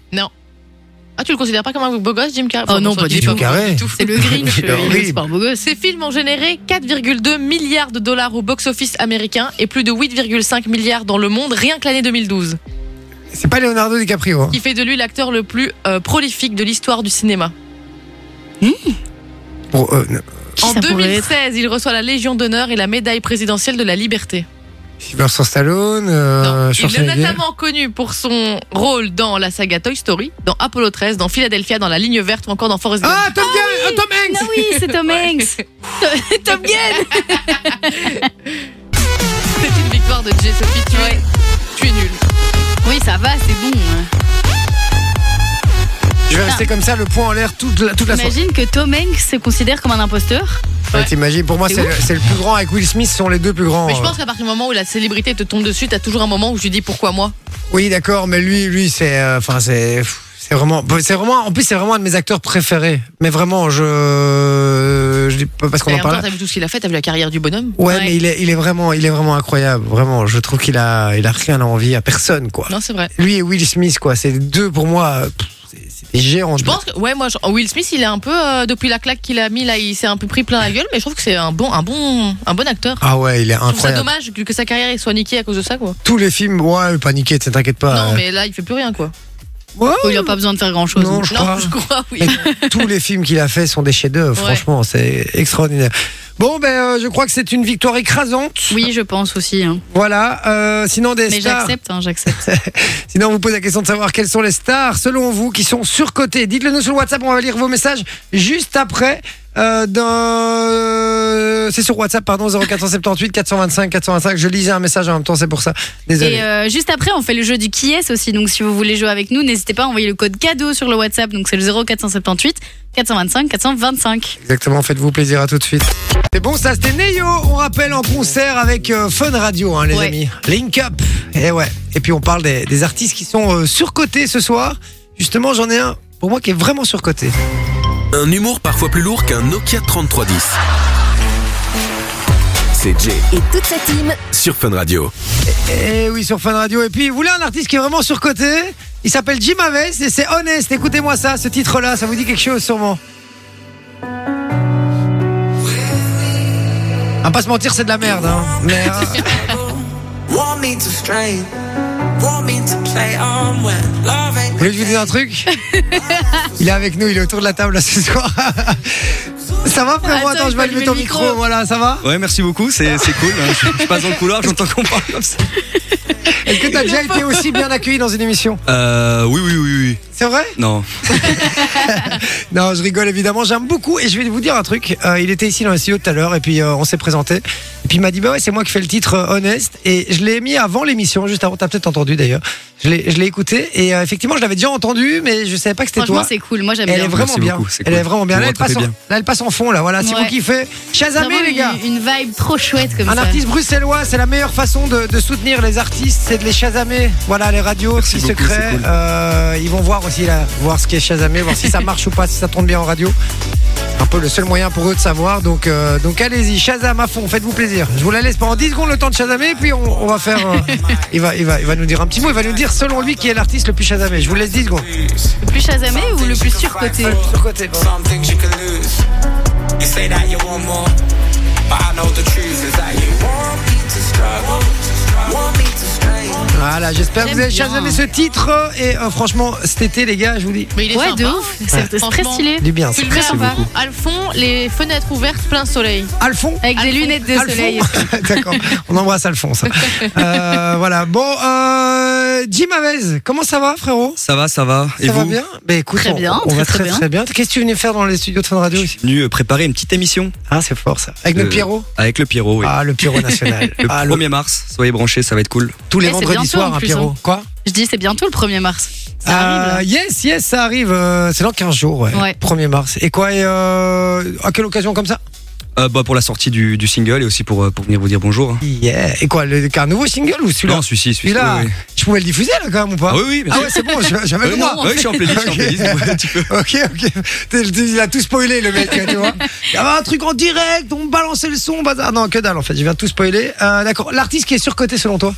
Speaker 4: Ah, tu le considères pas comme un beau gosse, Jim Carrey
Speaker 3: Oh non,
Speaker 4: Enfin,
Speaker 3: pas
Speaker 4: il est
Speaker 3: du
Speaker 4: beau
Speaker 3: tout.
Speaker 4: gosse
Speaker 2: Carrey.
Speaker 4: du tout.
Speaker 3: C'est
Speaker 4: [LAUGHS]
Speaker 3: le Grinch.
Speaker 2: Il est
Speaker 3: euh, il est
Speaker 2: horrible.
Speaker 3: pas un beau gosse.
Speaker 4: Ces films ont généré 4,2 milliards de dollars au box-office américain et plus de 8,5 milliards dans le monde rien que l'année 2012,
Speaker 2: C'est pas Leonardo DiCaprio. hein.
Speaker 4: qui fait de lui l'acteur le plus euh, prolifique de l'histoire du cinéma.
Speaker 2: Pour, euh, non.
Speaker 3: Qui
Speaker 4: en
Speaker 3: ça pourrait
Speaker 4: 2016, il reçoit la Légion d'honneur et la médaille présidentielle de la liberté.
Speaker 2: Sylvester Stallone. Euh,
Speaker 4: Non. Il est
Speaker 2: Schwarzenegger.
Speaker 4: notamment connu pour son rôle dans la saga Toy Story, dans Apollo 13, dans Philadelphia, dans La Ligne Verte ou encore dans Forrest Gump.
Speaker 2: Ah, Tom, Gar- oh, Tom Hanks
Speaker 3: Ah oui, c'est Tom [LAUGHS] Hanks. Tom Gunn.
Speaker 4: C'est une victoire de Jay Sophie, tu, es- tu es nul.
Speaker 2: Oh,
Speaker 3: Oui, ça va, c'est bon.
Speaker 2: Je vais rester comme ça, le point en l'air toute la, toute la soirée.
Speaker 3: Imagine que Tom Hanks se considère comme un imposteur.
Speaker 2: Ouais, T'imagines, pour moi,
Speaker 3: C'est
Speaker 2: c'est le, c'est le plus grand avec Will Smith, ce sont les deux plus grands.
Speaker 4: Mais je
Speaker 2: euh.
Speaker 4: pense qu'à partir du moment où la célébrité te tombe dessus, t'as toujours un moment où tu dis pourquoi moi
Speaker 2: Oui, d'accord, mais lui, lui, c'est, euh, enfin, c'est, pff, c'est vraiment, c'est vraiment, en plus, c'est vraiment un de mes acteurs préférés. Mais vraiment, je, je dis pas parce qu'on
Speaker 4: Et
Speaker 2: en
Speaker 4: en même
Speaker 2: parle.
Speaker 4: temps,
Speaker 2: là.
Speaker 4: t'as vu tout ce qu'il a fait, t'as vu la carrière du bonhomme
Speaker 2: Ouais,
Speaker 3: Ouais.
Speaker 2: mais il est, il est vraiment, il est vraiment incroyable. Vraiment, je trouve qu'il a, il a rien à envier à personne, quoi.
Speaker 4: Non, c'est vrai.
Speaker 2: Lui et Will Smith, quoi, c'est les deux pour moi, euh, pff, c'est c'est des géants.
Speaker 4: Je pense que, ouais, moi, je- oh, Will Smith, il est un peu, euh, depuis la claque qu'il a mis là, il s'est un peu pris plein la gueule, mais je trouve que c'est un bon, un bon, un bon acteur.
Speaker 2: Ah ouais, il est
Speaker 4: Je trouve ça
Speaker 2: incroyable.
Speaker 4: dommage que, que sa carrière soit niquée à cause de ça, quoi.
Speaker 2: Tous les films, ouais, paniqué, t'inquiète pas.
Speaker 4: non,
Speaker 2: euh.
Speaker 4: mais là, il fait plus rien, quoi.
Speaker 2: Ouais,
Speaker 3: Oh, Il n'a pas besoin de faire grand chose.
Speaker 2: non, je
Speaker 4: non,
Speaker 2: crois.
Speaker 4: je crois, oui.
Speaker 2: tous les films qu'il a fait sont des chefs-d'œuvre.
Speaker 4: Ouais.
Speaker 2: Franchement, c'est extraordinaire. Bon, ben, euh, je crois que c'est une victoire écrasante.
Speaker 3: Oui, je pense aussi. hein.
Speaker 2: Voilà. euh, sinon, des
Speaker 3: Mais
Speaker 2: stars.
Speaker 3: j'accepte, hein, j'accepte.
Speaker 2: Sinon, on vous pose la question de savoir quelles sont les stars, selon vous, qui sont surcotées. Dites-le nous sur le WhatsApp. On va lire vos messages juste après. euh, dans... C'est sur WhatsApp, pardon, 0478 425 425. Je lisais un message en même temps, c'est pour ça. Désolé.
Speaker 3: Et euh, juste après, on fait le jeu du qui est aussi. Donc, si vous voulez jouer avec nous, n'hésitez pas à envoyer le code cadeau sur le WhatsApp. Donc, c'est le 0478 425 425.
Speaker 2: Exactement, faites-vous plaisir à tout de suite. C'est bon, ça c'était Neyo, on rappelle en concert avec euh, Fun Radio, hein, les
Speaker 3: Ouais.
Speaker 2: amis. Link Up, et ouais. Et puis on parle des, des artistes qui sont euh, surcotés ce soir. Justement, j'en ai un pour moi qui est vraiment surcoté.
Speaker 5: Un humour parfois plus lourd qu'un Nokia 3310. C'est Jay
Speaker 1: Et toute sa team.
Speaker 5: sur Fun Radio.
Speaker 2: Et Eh oui, sur Fun Radio. Et puis, vous voulez un artiste qui est vraiment surcoté Il s'appelle Jim Aves et c'est Honest. Écoutez-moi ça, ce titre-là, ça vous dit quelque chose sûrement. À pas se mentir, c'est de la merde, hein. Mais, [LAUGHS] euh,
Speaker 6: Want me to strain, want me to play on when love ain't.
Speaker 2: Vous voulez que je vous dise un truc Il est avec nous, il est autour de la table là ce soir. [LAUGHS] Ça va frérot Attends,
Speaker 3: Attends,
Speaker 2: je vais allumer ton
Speaker 3: le
Speaker 2: micro.
Speaker 3: micro.
Speaker 2: voilà, ça [LAUGHS] va
Speaker 7: Ouais, merci beaucoup, c'est c'est
Speaker 5: [LAUGHS]
Speaker 7: cool. hein. Je, je passe dans le couloir, j'entends qu'on parle comme ça.
Speaker 2: Est-ce que t'as déjà été aussi bien accueilli dans une émission
Speaker 7: Euh, oui, oui, oui, oui.
Speaker 2: C'est vrai
Speaker 7: Non.
Speaker 2: Non, je rigole évidemment, j'aime beaucoup et je vais vous dire un truc. Euh, il était ici dans le studio tout à l'heure et puis euh, on s'est présenté. Et puis il m'a dit, bah ouais, c'est moi qui fais le titre euh, Honest. Et je l'ai mis avant l'émission, juste avant, t'as peut-être entendu d'ailleurs. Je l'ai je l'ai écouté et euh, effectivement, je l'avais déjà entendu, mais je savais pas que c'était
Speaker 3: Franchement,
Speaker 2: toi.
Speaker 3: c'est cool. Moi, j'aime
Speaker 2: Elle est
Speaker 3: bien.
Speaker 2: vraiment
Speaker 7: Merci
Speaker 2: bien.
Speaker 7: beaucoup, c'est
Speaker 2: Elle
Speaker 7: cool.
Speaker 2: est vraiment bien.
Speaker 7: Vous
Speaker 2: Là, elle
Speaker 7: rattrapez
Speaker 2: passe en,
Speaker 7: bien.
Speaker 2: là, elle passe en fond, là. Voilà, si
Speaker 3: Ouais.
Speaker 2: vous kiffez, Shazamé,
Speaker 3: Vraiment
Speaker 2: les gars.
Speaker 3: Une, une vibe trop chouette comme
Speaker 2: Un
Speaker 3: ça.
Speaker 2: artiste bruxellois, c'est la meilleure façon de, de soutenir les artistes, c'est de les chasamer. Voilà, les radios
Speaker 7: Merci
Speaker 2: qui se
Speaker 7: beaucoup,
Speaker 2: créent,
Speaker 7: c'est cool.
Speaker 2: euh, ils vont voir aussi là, voir ce qui est chasamé, voir
Speaker 7: [LAUGHS]
Speaker 2: si ça marche ou pas, si ça tourne bien en radio. Un peu le seul moyen pour eux de savoir. Donc, euh, donc allez-y, Shazam à fond, faites-vous plaisir. Je vous la laisse pendant 10 secondes le temps de chasamer, puis on, on va faire.
Speaker 7: [LAUGHS]
Speaker 2: euh, il, va, il, va, il va nous dire un petit mot, il va nous dire selon lui qui est l'artiste le plus chasamé. Je vous laisse 10 secondes.
Speaker 3: Le plus chasamé ou le plus surcoté
Speaker 2: Surcoté, bon.
Speaker 6: Some things you can lose. You say that you want more, but I know the truth is that you want me to struggle, want me to strain.
Speaker 2: Voilà, j'espère que vous
Speaker 4: J'aime
Speaker 2: avez
Speaker 4: bien.
Speaker 2: chasamé ce titre. euh, Et euh, franchement, cet été, les gars, je vous dis,
Speaker 4: Mais il est
Speaker 3: Ouais,
Speaker 4: sympa.
Speaker 3: de ouf. C'est c'est très
Speaker 4: Franchement.
Speaker 3: stylé.
Speaker 2: du bien. ça.
Speaker 4: Tu le mets
Speaker 3: Merci
Speaker 4: à
Speaker 3: beaucoup.
Speaker 4: à le fond, les fenêtres ouvertes, plein soleil.
Speaker 2: Alphonse
Speaker 3: Avec des
Speaker 4: Alphonse.
Speaker 3: lunettes de
Speaker 2: Alphonse.
Speaker 3: soleil.
Speaker 2: [LAUGHS] D'accord, on embrasse
Speaker 3: [LAUGHS]
Speaker 2: Alphonse. hein. Euh, voilà, bon, euh, Jim Avez, comment ça va frérot
Speaker 7: Ça va, ça va. Et
Speaker 2: ça
Speaker 7: vous
Speaker 2: va bien Ben écoute,
Speaker 3: Très
Speaker 2: on,
Speaker 3: bien,
Speaker 2: on va
Speaker 3: très,
Speaker 2: très
Speaker 3: très
Speaker 2: très, bien. Qu'est-ce que tu venais faire dans les studios de Fun Radio
Speaker 7: Je
Speaker 2: ici
Speaker 7: suis venu euh, préparer une petite émission
Speaker 2: Ah, c'est fort ça. Avec
Speaker 7: Euh,
Speaker 2: le Pierrot
Speaker 7: avec le Pierrot. oui.
Speaker 2: Ah, le Pierrot national.
Speaker 7: [LAUGHS] Le
Speaker 2: Ah, le-
Speaker 7: 1er mars, soyez branchés, ça va être cool.
Speaker 2: tous les
Speaker 3: Eh, c'est
Speaker 2: vendredis
Speaker 3: bientôt,
Speaker 2: soirs,
Speaker 3: en
Speaker 2: un
Speaker 3: plus,
Speaker 2: Pierrot. Quoi
Speaker 3: Je dis, c'est bientôt le 1er mars. Ça arrive,
Speaker 2: Euh,
Speaker 3: là.
Speaker 2: yes, yes, ça arrive. euh, c'est dans 15 jours, ouais.
Speaker 3: Ouais.
Speaker 2: 1er mars. Et quoi, et, euh, à quelle occasion comme ça
Speaker 7: Euh, bah, pour la sortie du, du single et aussi pour, euh, pour venir vous dire bonjour.
Speaker 2: Yeah. Et quoi, le, un nouveau single ou celui-là
Speaker 7: Non, celui-ci, celui-ci.
Speaker 2: Celui-là,
Speaker 7: oui, oui.
Speaker 2: je pouvais le diffuser là quand même ou pas
Speaker 7: Ah oui, oui, bien
Speaker 2: Ah
Speaker 7: sûr.
Speaker 2: ouais, c'est bon, j'a- j'avais le
Speaker 7: Euh,
Speaker 2: droit.
Speaker 7: non, ouais, je suis en playlist, je suis en playlist, ouais, tu peux.
Speaker 2: [LAUGHS] Ok, ok. T'es- t'es- Il a tout spoilé, le mec, tu
Speaker 7: [LAUGHS]
Speaker 2: vois. Il y avait un truc en direct, on me balançait le son, bazar. Non, que dalle, en fait. Je viens de tout spoiler. Euh, D'accord. L'artiste qui est surcoté, selon toi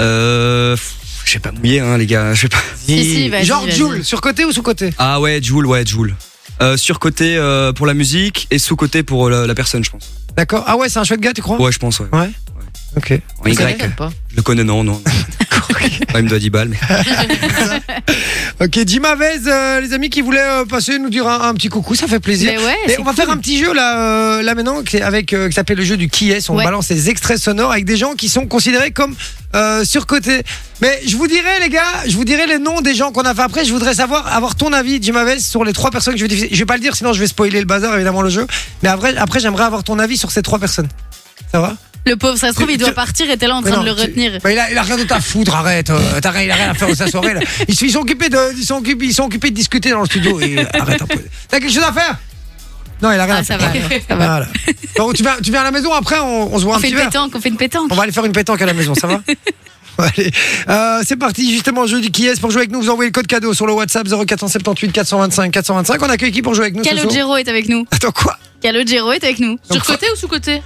Speaker 7: Euh, pff, je vais pas mouiller, hein, les gars. Je vais pas.
Speaker 3: Si, si, vas-y,
Speaker 2: Genre
Speaker 3: vas-y.
Speaker 2: Jules, surcoté ou sous-coté
Speaker 7: Ah ouais, Joule, ouais, Joule. Euh, surcoté euh, pour la musique et sous-coté pour euh, la, la personne, je pense.
Speaker 2: D'accord. Ah ouais, c'est un chouette gars, tu crois
Speaker 7: Ouais, je pense, ouais.
Speaker 2: Ok.
Speaker 7: En Y.
Speaker 4: J'aime pas.
Speaker 7: Je le connais, non,
Speaker 8: [LAUGHS]
Speaker 7: non. ouais, il me doit 10 balles. Mais...
Speaker 2: Ok, Jim Avez, euh, les amis qui voulaient euh, passer nous dire un, un petit coucou, ça fait plaisir.
Speaker 3: Mais ouais,
Speaker 2: Et
Speaker 3: c'est
Speaker 2: on va faire un petit jeu là, euh, là maintenant qui est avec euh, qui s'appelle le jeu du qui est. On
Speaker 3: Ouais.
Speaker 2: balance des extraits sonores avec des gens qui sont considérés comme euh, surcotés. Mais je vous dirai les gars, je vous dirai les noms des gens qu'on a fait après. Je voudrais savoir avoir ton avis, Jim Aves, sur les trois personnes que je vais diffuser. Je vais pas le dire sinon je vais spoiler le bazar évidemment le jeu. Mais après, après j'aimerais avoir ton avis sur ces trois personnes. Ça va
Speaker 3: le pauvre, ça se trouve, il doit
Speaker 2: Tu-
Speaker 3: partir et t'es là en
Speaker 2: Mais
Speaker 3: train de le
Speaker 2: non, tu-
Speaker 3: retenir.
Speaker 2: mais il, a, il a rien d'autre à foutre, arrête. euh, t'as rien- il a rien à faire de sa soirée. là. Ils, se- ils sont occupés de, ils, sont occupés, ils sont occupés de discuter dans le studio. Et, euh, arrête un peu. T'as quelque chose à faire Non, il a rien à
Speaker 3: Ah, ça
Speaker 2: faire.
Speaker 3: va. Ça va.
Speaker 2: Voilà. Bon, tu, viens, tu viens à la maison après, on, on se voit
Speaker 3: On
Speaker 2: un
Speaker 3: fait
Speaker 2: petit
Speaker 3: une
Speaker 2: verre.
Speaker 3: pétanque, on fait une pétanque.
Speaker 2: On va aller faire une pétanque à la maison,
Speaker 3: [LAUGHS]
Speaker 2: ça va Allez, euh, c'est parti justement jeu du qui est pour jouer avec nous. Vous envoyez le code cadeau sur le WhatsApp 0478 425 425. On accueille qui pour jouer avec nous ce soir
Speaker 3: Calogero est avec nous.
Speaker 2: Attends quoi
Speaker 3: Calogero est avec nous.
Speaker 2: Donc,
Speaker 4: Sur côté ou sous côté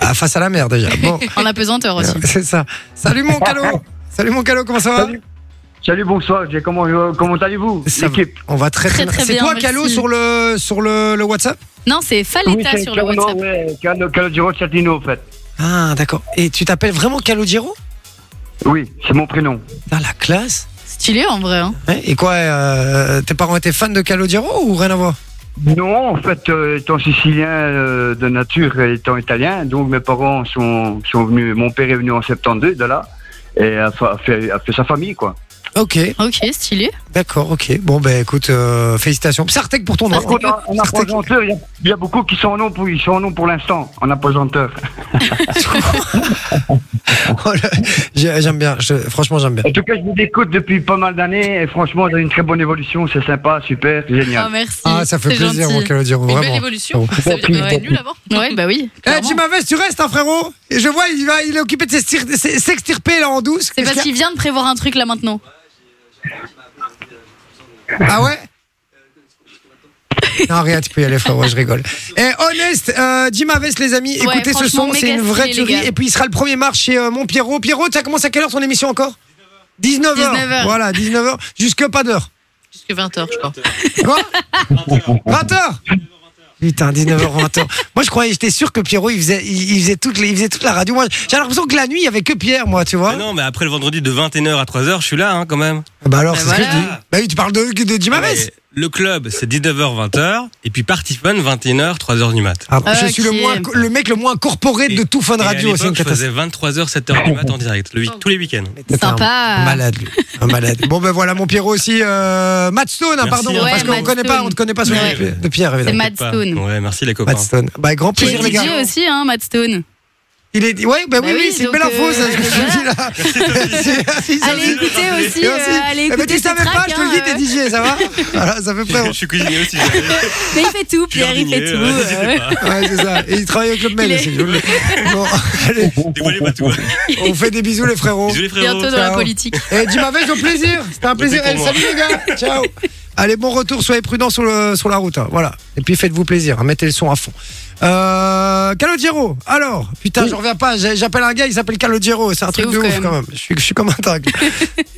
Speaker 2: Ah, face à la mer déjà.
Speaker 3: [LAUGHS]
Speaker 2: Bon,
Speaker 3: En apesanteur aussi.
Speaker 2: c'est ça. Salut mon calo. Salut mon calo, comment ça va
Speaker 9: Salut. Salut, bonsoir. J'ai- Comment, euh, comment allez-vous
Speaker 2: Ça va.
Speaker 9: L'équipe
Speaker 2: On va très très,
Speaker 3: Très, très
Speaker 2: C'est
Speaker 3: bien,
Speaker 2: toi
Speaker 3: merci.
Speaker 2: Calo sur le sur le, le WhatsApp
Speaker 3: Non, c'est Faleta sur le
Speaker 9: Carlo,
Speaker 3: WhatsApp.
Speaker 9: ouais, Carlo, Carlo Giro Ciardino, en fait.
Speaker 2: Ah d'accord. Et tu t'appelles vraiment Calogero
Speaker 9: Oui, c'est mon prénom.
Speaker 2: Dans la classe
Speaker 3: Stylé en vrai. hein.
Speaker 2: Ouais, Et quoi euh, Tes parents étaient fans de Calogero ou rien à voir
Speaker 9: Non, en fait, euh, étant sicilien euh, de nature et étant italien, donc mes parents sont, sont venus, mon père est venu en 72 de là, et a, fa- a fait, a fait sa famille, quoi.
Speaker 2: Ok,
Speaker 3: Ok, stylé.
Speaker 2: d'accord, ok. Bon ben écoute, euh, félicitations. Sartek pour ton nom. hein.
Speaker 9: Par contre, en,
Speaker 2: [LAUGHS]
Speaker 9: en apesanteur, il y a- il y, a beaucoup qui sont en nom pour, ils sont en nom pour l'instant, en apesanteur.
Speaker 2: Oh là, j'ai- j'aime bien, je- franchement j'aime bien.
Speaker 9: En tout cas, je vous écoute depuis pas mal d'années, et franchement, vous avez une très bonne évolution, c'est sympa, super, génial.
Speaker 3: Ah, merci.
Speaker 2: Ah ça fait
Speaker 3: C'est
Speaker 2: plaisir mon
Speaker 3: gentil.
Speaker 2: Calogero,
Speaker 4: Une belle
Speaker 2: vraiment.
Speaker 4: évolution.
Speaker 2: Bon.
Speaker 4: Ça veut dire qu'on est nul avant.
Speaker 3: Ouais, bah oui.
Speaker 2: Eh
Speaker 3: clairement.
Speaker 2: Jim Aves, tu restes hein, frérot Et je vois il va il est occupé de s'extir- s'extirper là en douce.
Speaker 3: C'est
Speaker 2: Qu'est-ce
Speaker 3: parce
Speaker 2: qu'il
Speaker 3: qu'il vient de prévoir un truc là maintenant.
Speaker 2: y a Ah ouais non, rien, tu peux y aller, frérot, je
Speaker 10: [LAUGHS]
Speaker 2: rigole. Et honnête, euh, Jim Aves, les amis,
Speaker 3: Ouais,
Speaker 2: écoutez ce
Speaker 3: franchement,
Speaker 2: son, c'est
Speaker 3: méga
Speaker 2: une vraie
Speaker 3: stylé, les
Speaker 2: tuerie.
Speaker 3: gars.
Speaker 2: Et puis, il sera le 1er mars chez euh, mon Pierrot. Pierrot, ça commence à quelle heure ton émission encore 19h.
Speaker 3: 19h.
Speaker 2: Voilà, 19h. Jusque pas d'heure.
Speaker 4: Jusque 20h, je crois.
Speaker 2: Quoi 20h Putain, 19h,
Speaker 3: [LAUGHS]
Speaker 2: 20h. Moi, je croyais, j'étais sûr que Pierrot, il faisait, il, il faisait, toute, les- il faisait toute la radio. Moi, j'ai l'impression que la nuit, il n'y avait que Pierre, moi, tu
Speaker 8: Hein
Speaker 2: vois.
Speaker 10: Mais Ah non, mais après le vendredi de 21h à 3h, je suis là hein, quand même.
Speaker 2: Bah alors,
Speaker 4: Bah
Speaker 2: c'est ce que je
Speaker 4: voilà.
Speaker 2: dis. Bah oui, tu parles de, de Jim
Speaker 8: Ah,
Speaker 2: Aves.
Speaker 10: Mais Le club, c'est 19h, 20h. Et puis Party Fun, 21h, 3h du mat.
Speaker 2: Pardon,
Speaker 3: Ok.
Speaker 2: Je suis le, moins, le mec le moins corporé de
Speaker 10: Et-
Speaker 2: tout fun
Speaker 10: Et à
Speaker 2: radio. C'est une
Speaker 10: l'époque, je
Speaker 2: catastrophe.
Speaker 10: faisais 23h, 7h du mat en direct, le week- tous les week-ends.
Speaker 2: T'es
Speaker 3: Sympa.
Speaker 2: Un malade, lui. Un malade. Bon, ben voilà, mon Pierrot aussi. Euh, Matt Stone, hein,
Speaker 10: Merci,
Speaker 2: pardon.
Speaker 10: Ouais,
Speaker 2: parce qu'on ne
Speaker 3: Matt
Speaker 2: connaît pas,
Speaker 3: Stone.
Speaker 2: on ne connaît pas son nom
Speaker 3: Ouais.
Speaker 2: de- de Pierre,
Speaker 3: C'est
Speaker 2: évidemment.
Speaker 3: Matt
Speaker 10: Pas.
Speaker 3: Stone.
Speaker 10: Ouais, merci les [LAUGHS] copains.
Speaker 2: Matt Stone. Bah, grand
Speaker 3: Qui est
Speaker 2: plaisir, les gars.
Speaker 3: DJ aussi, hein, Matt Stone.
Speaker 2: Il est. Ouais, bah,
Speaker 3: Bah
Speaker 2: oui,
Speaker 3: oui,
Speaker 2: oui, c'est une
Speaker 3: donc,
Speaker 2: belle info,
Speaker 3: euh,
Speaker 2: ça, ce que je
Speaker 3: voilà.
Speaker 2: dis là. [LAUGHS] Merci, ça,
Speaker 3: Allez
Speaker 2: c'est-
Speaker 3: écouter aussi.
Speaker 2: Merci.
Speaker 3: euh, allez
Speaker 2: Eh ben,
Speaker 3: écouter
Speaker 2: tu
Speaker 3: ses
Speaker 2: savais pas,
Speaker 3: tracks,
Speaker 2: je te le
Speaker 3: hein,
Speaker 2: dis,
Speaker 3: euh.
Speaker 2: t'es DJ, ça
Speaker 3: [LAUGHS]
Speaker 2: va Voilà, ça fait près.
Speaker 10: je suis cuisinier aussi. j'ai-
Speaker 3: Mais il fait tout,
Speaker 10: je suis
Speaker 3: Pierre, il fait
Speaker 10: jardinier,
Speaker 3: tout.
Speaker 10: euh,
Speaker 3: euh.
Speaker 10: n'hésitez pas.
Speaker 2: Ouais, c'est ça. Et il travaille au Club Med
Speaker 3: Il est-
Speaker 2: aussi. je vous le dis.
Speaker 3: [LAUGHS]
Speaker 2: Bon, allez,
Speaker 10: Dévoilez pas tout.
Speaker 2: on fait des bisous, les frérots.
Speaker 10: Bisous les frérots.
Speaker 3: Bientôt dans la
Speaker 2: Ciao.
Speaker 3: politique.
Speaker 2: Et Jim Aves, au plaisir. C'était un plaisir.
Speaker 10: C'était pour
Speaker 2: Eh, salut les gars. Ciao. Allez, bon retour. Soyez prudents sur, le, sur la route. hein. Voilà. Et puis faites-vous plaisir. hein. Mettez le son à fond. Euh, Calogero. Alors, putain, je reviens pas. J'ai- J'appelle un gars, il s'appelle Calogero. C'est un
Speaker 3: C'est
Speaker 2: truc
Speaker 3: ouf,
Speaker 2: de
Speaker 3: quand
Speaker 2: ouf
Speaker 3: même.
Speaker 2: quand même. Je suis, je suis comme un
Speaker 3: [LAUGHS]
Speaker 2: dingue.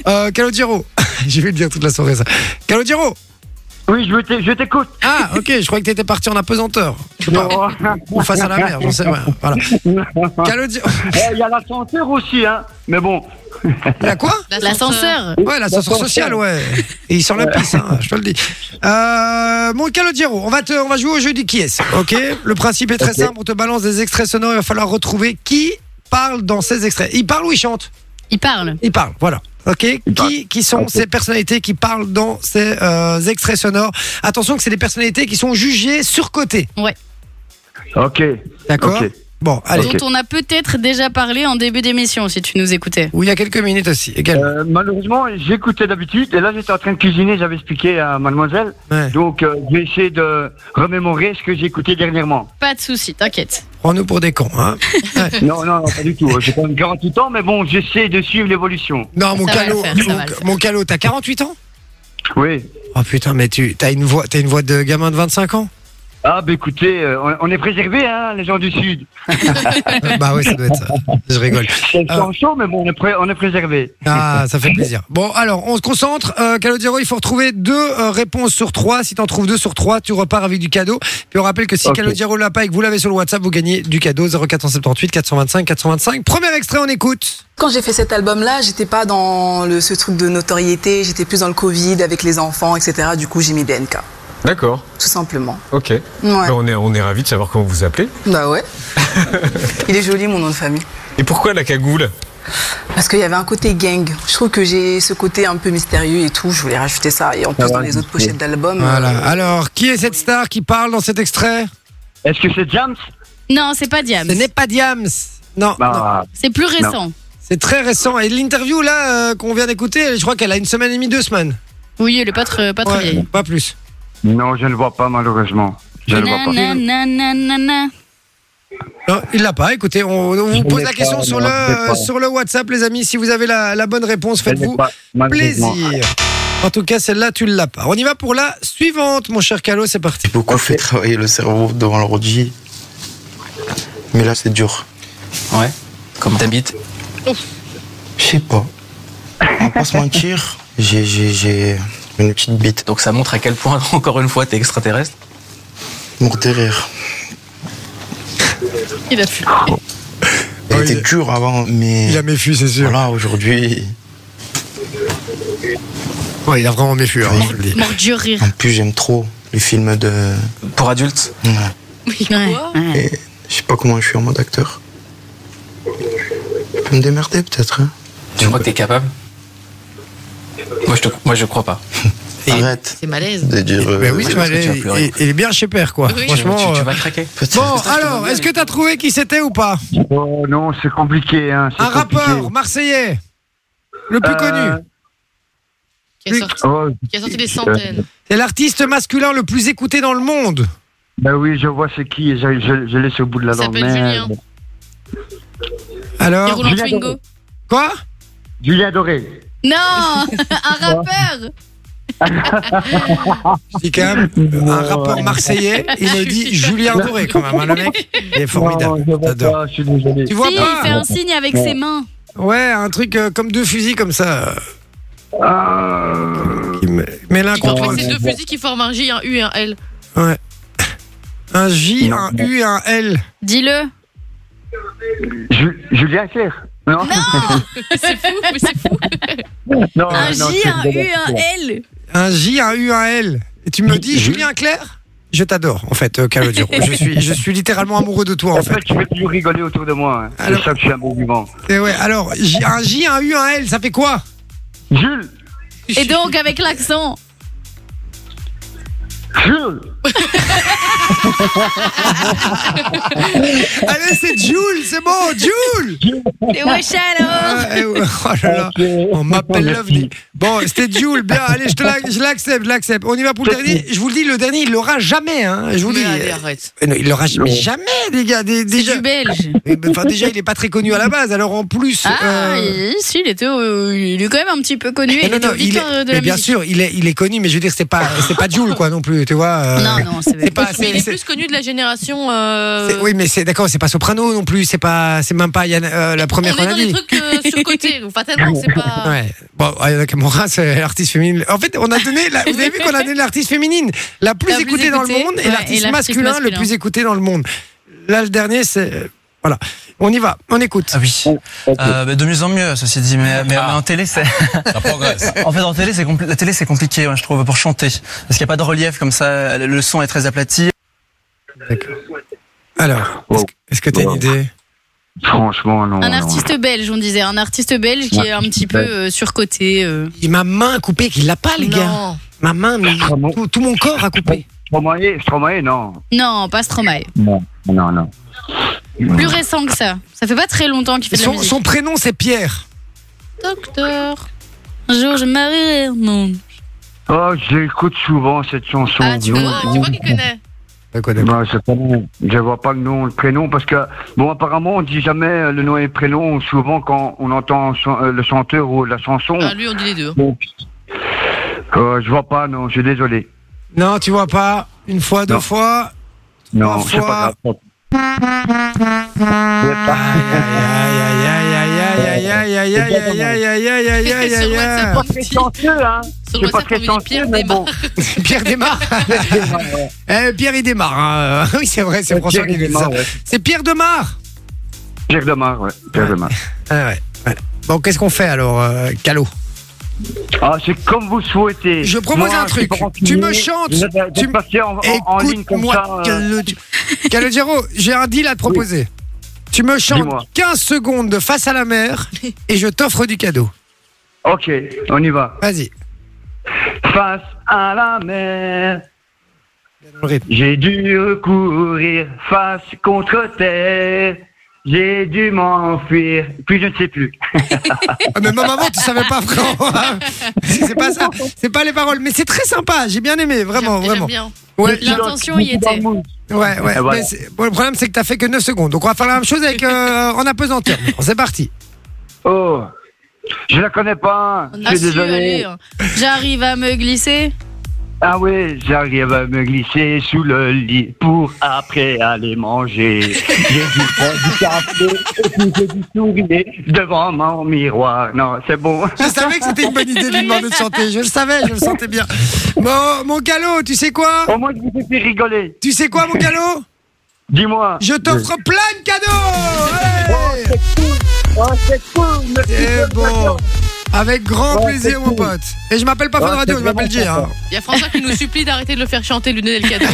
Speaker 2: euh, Calogero. [LAUGHS] J'ai vu le dire toute la soirée ça. Calogero.
Speaker 9: Oui, je veux t'é- je t'écoute.
Speaker 2: Ah, ok. Je croyais que t'étais parti en apesanteur. Je sais
Speaker 9: [LAUGHS]
Speaker 2: pas.
Speaker 9: Non.
Speaker 2: Ou face à la mer. j'en sais- ouais,
Speaker 3: [LAUGHS]
Speaker 2: voilà. Calogero.
Speaker 9: Eh, Il y a l'ascenseur aussi, hein. Mais bon,
Speaker 2: La quoi
Speaker 3: L'ascenseur.
Speaker 2: Ouais, l'ascenseur social, ouais. Et il sort la pisse, hein, je te le dis. Euh, mon Calogero, on va, te, on va jouer au jeu du qui est. Ok Le principe est très simple. On te balance des extraits sonores. Il va falloir retrouver qui parle dans ces extraits. Il parle ou il chante
Speaker 3: Il parle.
Speaker 2: Il parle, voilà. Ok
Speaker 9: parle.
Speaker 2: qui, qui sont
Speaker 9: Ok.
Speaker 2: ces personnalités qui parlent dans ces euh, extraits sonores Attention que c'est des personnalités qui sont jugées surcotées.
Speaker 9: ok. Euh,
Speaker 2: D'accord
Speaker 9: Ok.
Speaker 2: Bon, allez.
Speaker 9: Ok.
Speaker 3: dont on a peut-être déjà parlé en début d'émission, si tu nous écoutais.
Speaker 2: Ou il y a quelques minutes aussi, également.
Speaker 9: Euh, malheureusement, j'écoutais d'habitude et là j'étais en train de cuisiner, j'avais expliqué à mademoiselle.
Speaker 2: Ouais.
Speaker 9: Donc euh, j'ai essayé de remémorer ce que j'ai écouté
Speaker 2: [LAUGHS]
Speaker 9: dernièrement.
Speaker 3: Pas de souci, t'inquiète.
Speaker 2: Prends-nous pour des cons, hein.
Speaker 9: Non, non, non, pas du tout. J'ai pas une garantie de temps, mais bon, j'essaie de suivre l'évolution.
Speaker 2: Non, mon
Speaker 3: Ça va
Speaker 2: calot,
Speaker 3: le faire, ça
Speaker 2: mon-
Speaker 3: va le faire.
Speaker 2: mon calot, t'as 48 ans
Speaker 9: Oui.
Speaker 2: Oh putain, mais tu t'as une voix, t'as une voix de gamin de 25 ans
Speaker 9: Ah, bah écoutez, euh, on- on est préservé, hein, les gens du Sud.
Speaker 2: Euh, Bah ouais, ça doit être ça. Je rigole.
Speaker 9: C'est
Speaker 2: Ah.
Speaker 9: chaud, mais bon, on est, pré- on est préservé.
Speaker 2: Ah, ça fait plaisir. Bon, alors, on se concentre. Euh, Calogero, il faut retrouver deux euh, réponses sur trois. Si t'en trouves deux sur trois, tu repars avec du cadeau. Puis on rappelle que si
Speaker 9: Ok.
Speaker 2: Calogero l'a pas et que vous l'avez sur le WhatsApp, vous gagnez du cadeau 0478 425 425. Premier extrait, on écoute.
Speaker 11: Quand j'ai fait cet album-là, j'étais pas dans le, ce truc de notoriété, j'étais plus dans le Covid avec les enfants, etc. Du coup, j'ai mis BNK,
Speaker 12: D'accord,
Speaker 11: tout simplement.
Speaker 12: ok.
Speaker 11: Ouais.
Speaker 12: Ben, on, est, on est ravis de savoir comment vous vous appelez.
Speaker 11: Bah ouais. [LAUGHS] Il est joli mon nom de famille.
Speaker 12: Et pourquoi la cagoule
Speaker 11: Parce qu'il y avait un côté gang. Je trouve que j'ai ce côté un peu mystérieux et tout. Je voulais rajouter ça. Et en plus, dans les autres pochettes d'albums.
Speaker 2: Voilà.
Speaker 11: euh,
Speaker 2: Alors, qui est cette star qui parle dans cet extrait
Speaker 9: Est-ce que c'est James
Speaker 3: Non, c'est pas Diam.
Speaker 2: Ce n'est pas Diams. Non, non.
Speaker 9: Bah,
Speaker 3: C'est plus récent.
Speaker 2: c'est très récent. Et l'interview là euh, qu'on vient d'écouter, je crois qu'elle a une semaine et demie, deux semaines.
Speaker 3: Oui, elle est pas, tr- pas très
Speaker 2: Ouais,
Speaker 3: vieille.
Speaker 2: pas plus.
Speaker 9: non, je ne vois pas, malheureusement. Je ne vois pas.
Speaker 3: Na, na, na, na, na.
Speaker 2: Non, Ah, il l'a pas. Écoutez, on, on vous
Speaker 9: Je
Speaker 2: pose
Speaker 9: l'ai
Speaker 2: la
Speaker 9: pas,
Speaker 2: question sur
Speaker 9: non,
Speaker 2: le
Speaker 9: je l'ai pas.
Speaker 2: sur le WhatsApp, les amis. Si vous avez la, la bonne réponse,
Speaker 9: Je ne
Speaker 2: faites-vous
Speaker 9: vois pas, malheureusement.
Speaker 2: plaisir. En tout cas, celle-là, tu l'as pas. On y va pour la suivante, mon cher Calo. C'est parti.
Speaker 8: beaucoup fait travailler le cerveau devant l'ordi. Mais là, c'est dur.
Speaker 7: Ouais. Comme t'habites.
Speaker 8: Je sais pas. On va pas se mentir, j'ai- j'ai j'ai une petite bite.
Speaker 7: Donc ça montre à quel point, [LAUGHS] encore une fois, t'es extraterrestre.
Speaker 8: Mort de rire.
Speaker 3: Il a fui.
Speaker 8: Elle
Speaker 2: Oh, il-
Speaker 8: était dure avant, mais
Speaker 2: Il a méfu, c'est sûr.
Speaker 8: voilà, aujourd'hui,
Speaker 2: Ouais, il a vraiment méfu. hein, je le dis.
Speaker 3: Mort du rire.
Speaker 8: en plus, j'aime trop les films de.
Speaker 7: Pour adultes.
Speaker 8: Ouais.
Speaker 3: Ouais, ouais.
Speaker 8: Et je sais pas comment je suis en mode acteur. Je peux me démerder peut-être. hein.
Speaker 7: Tu crois que t'es capable moi je, te, moi je crois pas.
Speaker 3: Et-
Speaker 8: Arrête
Speaker 4: C'est malaise.
Speaker 8: de dire. euh,
Speaker 2: Mais ben oui,
Speaker 7: Oui,
Speaker 2: tu
Speaker 7: parce
Speaker 2: m'as-
Speaker 7: que tu vas
Speaker 2: il-
Speaker 7: pleurer.
Speaker 2: il, il est bien chez père, quoi.
Speaker 4: Oui,
Speaker 2: Franchement.
Speaker 7: tu, tu
Speaker 2: euh,
Speaker 7: vas craquer.
Speaker 8: peut-être.
Speaker 2: Bon, alors, est-ce que t'as trouvé qui c'était ou pas
Speaker 9: Oh non, c'est compliqué. Hein, c'est
Speaker 2: Un
Speaker 9: compliqué.
Speaker 2: rappeur marseillais, le plus
Speaker 9: Euh,
Speaker 2: connu.
Speaker 4: Qui a sorti,
Speaker 9: Oh,
Speaker 4: qui a sorti
Speaker 2: Euh,
Speaker 4: des centaines.
Speaker 2: C'est l'artiste masculin le plus écouté dans le monde.
Speaker 9: ben oui, je vois c'est qui et je, je, je laisse au bout de la
Speaker 4: Ça
Speaker 9: langue.
Speaker 4: s'appelle
Speaker 9: merde.
Speaker 4: Il
Speaker 2: Alors,
Speaker 4: roule en
Speaker 9: Julien
Speaker 4: Twingo.
Speaker 2: quoi
Speaker 9: Julien Doré.
Speaker 3: [LAUGHS] Non, un rappeur.
Speaker 2: Je dis quand même, euh, un rappeur marseillais, il me dit Julien Doré quand même, hein, le mec. Il est formidable.
Speaker 9: Non, je vois
Speaker 2: T'adores.
Speaker 9: pas, je suis désolé.
Speaker 2: Tu vois
Speaker 3: Si, il fait
Speaker 2: pas
Speaker 3: un signe avec ses mains.
Speaker 2: Ouais, un truc euh, comme deux fusils comme ça. euh,
Speaker 9: Ah,
Speaker 2: qui me- Mais l'un
Speaker 4: Tu
Speaker 2: contre
Speaker 4: vois,
Speaker 2: l'autre.
Speaker 4: c'est deux fusils qui forment un J, un U et un L.
Speaker 2: Un J, un U, un L.
Speaker 3: Dis-le.
Speaker 9: Ju- Julien Clerc. Non,
Speaker 4: C'est fou, mais c'est fou.
Speaker 9: [LAUGHS] non,
Speaker 3: Un
Speaker 9: Ah non,
Speaker 3: J,
Speaker 9: c'est
Speaker 3: un U,
Speaker 9: dégueulasse.
Speaker 3: un L.
Speaker 2: Un J, un U, un L. Et tu me dis
Speaker 9: Ju-
Speaker 2: Julien Clerc Je t'adore en fait, euh, Calogero. je suis, je suis littéralement amoureux de toi en
Speaker 9: En
Speaker 2: fait.
Speaker 9: fait, tu veux toujours rigoler autour de moi. hein.
Speaker 2: Alors-
Speaker 9: C'est ça que je suis un bon vivant.
Speaker 2: Et ouais, alors J- un J, un U, un L, ça fait quoi
Speaker 9: Jules
Speaker 3: Et donc, avec l'accent.
Speaker 9: Jules
Speaker 2: Allez, c'est Jules, c'est bon, Jules.
Speaker 3: Et wesh alors.
Speaker 2: Ah, eh ouais, Oh là là. On m'appelle
Speaker 9: Merci.
Speaker 2: l'OVNI. Bon, c'était Jules. Bien, allez, je te l'ac- je l'accepte, je l'accepte. On y va pour le dernier. Je vous le dis, le dernier, il l'aura jamais. Hein. Je vous le
Speaker 4: Mais
Speaker 2: dis.
Speaker 4: allez, arrête.
Speaker 2: Euh, non, il l'aura jamais, jamais, les gars. Des-
Speaker 3: C'est
Speaker 2: déjà,
Speaker 3: du belge.
Speaker 2: Oui, mais enfin, déjà, il est pas très connu à la base. Alors en plus.
Speaker 3: Ah,
Speaker 2: euh,
Speaker 3: il- si, il, était, au- il est quand même un petit peu connu.
Speaker 2: non,
Speaker 3: il
Speaker 2: non,
Speaker 3: était
Speaker 2: non,
Speaker 3: au
Speaker 2: il est-
Speaker 3: Victoire
Speaker 4: hein,
Speaker 3: de
Speaker 2: mais
Speaker 3: la
Speaker 2: bien
Speaker 3: musique.
Speaker 2: sûr, il est, il est connu, mais je veux dire, c'est pas, c'est pas Jules, quoi, non plus, tu vois. euh,
Speaker 3: Non, non,
Speaker 2: c'est pas,
Speaker 4: Mais il
Speaker 2: c'est,
Speaker 4: est
Speaker 2: c'est-
Speaker 4: plus connu de la génération. euh,
Speaker 2: c'est- oui, mais c'est d'accord, c'est pas Soprano non plus, c'est pas, c'est même pas Yann- euh, la
Speaker 4: On
Speaker 2: première
Speaker 4: est
Speaker 2: qu'on a
Speaker 4: dans
Speaker 2: dit.
Speaker 4: des trucs euh,
Speaker 2: [LAUGHS]
Speaker 4: surcotés. Fatalement, c'est pas.
Speaker 2: Ouais. Bon, Ayana Kamura, c'est l'artiste féminine. En fait, on a donné, la- vous avez vu qu'on a donné l'artiste féminine la plus
Speaker 3: La plus
Speaker 2: écoutée dans le
Speaker 3: écoutée,
Speaker 2: monde
Speaker 3: ouais,
Speaker 2: et
Speaker 3: et
Speaker 2: l'artiste
Speaker 3: l'artiste
Speaker 2: masculin, le
Speaker 3: masculin.
Speaker 2: plus écouté dans le monde. Là, le dernier, c'est. euh, Voilà. On y va, on écoute.
Speaker 8: Ah oui. Euh, bah, de mieux en mieux, ceci dit, mais, mais, mais en télé, c'est. [LAUGHS] en fait, en télé, c'est compli- la télé, c'est compliqué, ouais, je trouve, pour chanter. Parce qu'il n'y a pas de relief comme ça, le- le son est très aplati.
Speaker 2: Alors, est-ce que- est-ce que t'as une
Speaker 9: Wow.
Speaker 2: idée
Speaker 9: Franchement, non.
Speaker 3: Un
Speaker 9: non.
Speaker 3: artiste belge, on disait. Un artiste belge qui
Speaker 9: Ouais,
Speaker 3: est un petit peu
Speaker 9: belge.
Speaker 3: euh, surcoté. euh.
Speaker 2: Et ma main coupée, qu'il l'a
Speaker 3: Ah,
Speaker 2: pas, les gars.
Speaker 4: Non.
Speaker 2: Ma main, mais
Speaker 9: Ah bon
Speaker 2: tout, tout mon corps a coupé.
Speaker 9: Stromae, Stromae, non.
Speaker 3: Non, pas Stromae.
Speaker 9: Non, non, non.
Speaker 3: Plus récent que ça. Ça fait pas très longtemps qu'il fait de la
Speaker 2: Son,
Speaker 3: musique.
Speaker 2: son prénom, c'est Pierre.
Speaker 3: Docteur. Un jour, je me marierai. Non.
Speaker 9: Oh, j'écoute souvent cette chanson.
Speaker 3: Ah, tu vois, tu vois qu'il connaît.
Speaker 9: Non, c'est pas bon. Je vois pas le nom, le prénom, parce que bon, apparemment, on dit jamais euh, le nom et le prénom souvent quand on entend chan- euh, le chanteur ou la chanson.
Speaker 4: Ah, lui, on dit les deux.
Speaker 9: Donc, euh, je vois pas, non. Je suis désolé.
Speaker 2: Non, tu vois pas. Une fois, deux
Speaker 9: Non.
Speaker 2: fois.
Speaker 9: Non,
Speaker 2: Trois
Speaker 9: c'est pas grave.
Speaker 2: Aïe, aïe, aïe, aïe, aïe, aïe, aïe, aïe, aïe, aïe, aïe,
Speaker 3: hein.
Speaker 2: aïe.
Speaker 9: hein.
Speaker 4: Sur le WhatsApp, on dit Pierre Desmar.
Speaker 2: Pierre
Speaker 9: [LAUGHS]
Speaker 2: démarre. Eh, Pierre, il démarre. hein. [LAUGHS] Oui, c'est vrai, c'est
Speaker 9: Ouais,
Speaker 2: François
Speaker 9: Euh, Pierre,
Speaker 2: qui
Speaker 9: il
Speaker 2: nous dit ça.
Speaker 9: démarre, ouais.
Speaker 2: C'est Pierre Demar.
Speaker 9: Pierre Demar, ouais. Pierre Demar.
Speaker 2: Ah ouais, ouais. Bon, qu'est-ce qu'on fait alors, euh, Calo
Speaker 9: Ah, c'est comme vous souhaitez.
Speaker 2: Je propose
Speaker 9: Moi,
Speaker 2: un
Speaker 9: je suis
Speaker 2: truc.
Speaker 9: pas
Speaker 2: Tu me
Speaker 9: rancunier.
Speaker 2: chantes.
Speaker 9: Vous êtes- vous êtes
Speaker 2: Tu me-
Speaker 9: passé en, en- en ligne comme
Speaker 2: Écoute-moi,
Speaker 9: ça. euh,
Speaker 2: Calo- Calogero, j'ai un deal à te proposer. Tu me chantes
Speaker 9: Dis-moi.
Speaker 2: 15 secondes de Face à la mer et je t'offre du cadeau.
Speaker 9: Ok, on y va.
Speaker 2: Vas-y.
Speaker 9: Face à la mer, j'ai dû recourir face contre terre. J'ai dû m'enfuir, puis je ne sais plus.
Speaker 2: Ah, mais même avant, tu savais pas, frérot. [LAUGHS] hein. c'est pas ça. C'est pas les paroles. Mais c'est très sympa. J'ai bien aimé. Vraiment, vraiment.
Speaker 3: bien.
Speaker 2: Ouais.
Speaker 3: L'intention y était.
Speaker 2: Ouais, ouais.
Speaker 9: Et voilà.
Speaker 2: mais c'est- bon, le problème, c'est que t'as fait que 9 secondes. Donc, on va faire la même chose avec euh, en apesanteur. Bon, C'est parti.
Speaker 9: Oh, je la connais pas. Je
Speaker 3: Ah
Speaker 9: suis
Speaker 3: si,
Speaker 9: désolé.
Speaker 4: hein.
Speaker 3: allez. J'arrive à me glisser.
Speaker 9: Ah oui, j'arrive à me glisser sous le lit pour après aller manger. J'ai dû prendre du café et puis j'ai dû sourire devant mon miroir. Non, c'est bon.
Speaker 2: Je savais que c'était une bonne idée de lui demander de chanter. Je le savais, je le sentais bien. Bon, mon calot, tu sais quoi
Speaker 9: Au moins, je vous ai fait rigoler.
Speaker 2: Tu sais quoi, mon calot
Speaker 9: Dis-moi.
Speaker 2: Je t'offre plein de cadeaux Ouais C'est bon Avec grand
Speaker 4: Oh,
Speaker 2: plaisir,
Speaker 4: c'est
Speaker 2: mon
Speaker 4: cool.
Speaker 2: pote. Et je m'appelle pas Fun
Speaker 4: Oh,
Speaker 2: Radio,
Speaker 4: c'est
Speaker 2: je m'appelle J.
Speaker 4: vraiment
Speaker 2: hein.
Speaker 4: Il y a François qui nous supplie d'arrêter de le faire chanter, lui donner
Speaker 3: [LAUGHS]
Speaker 4: le cadeau.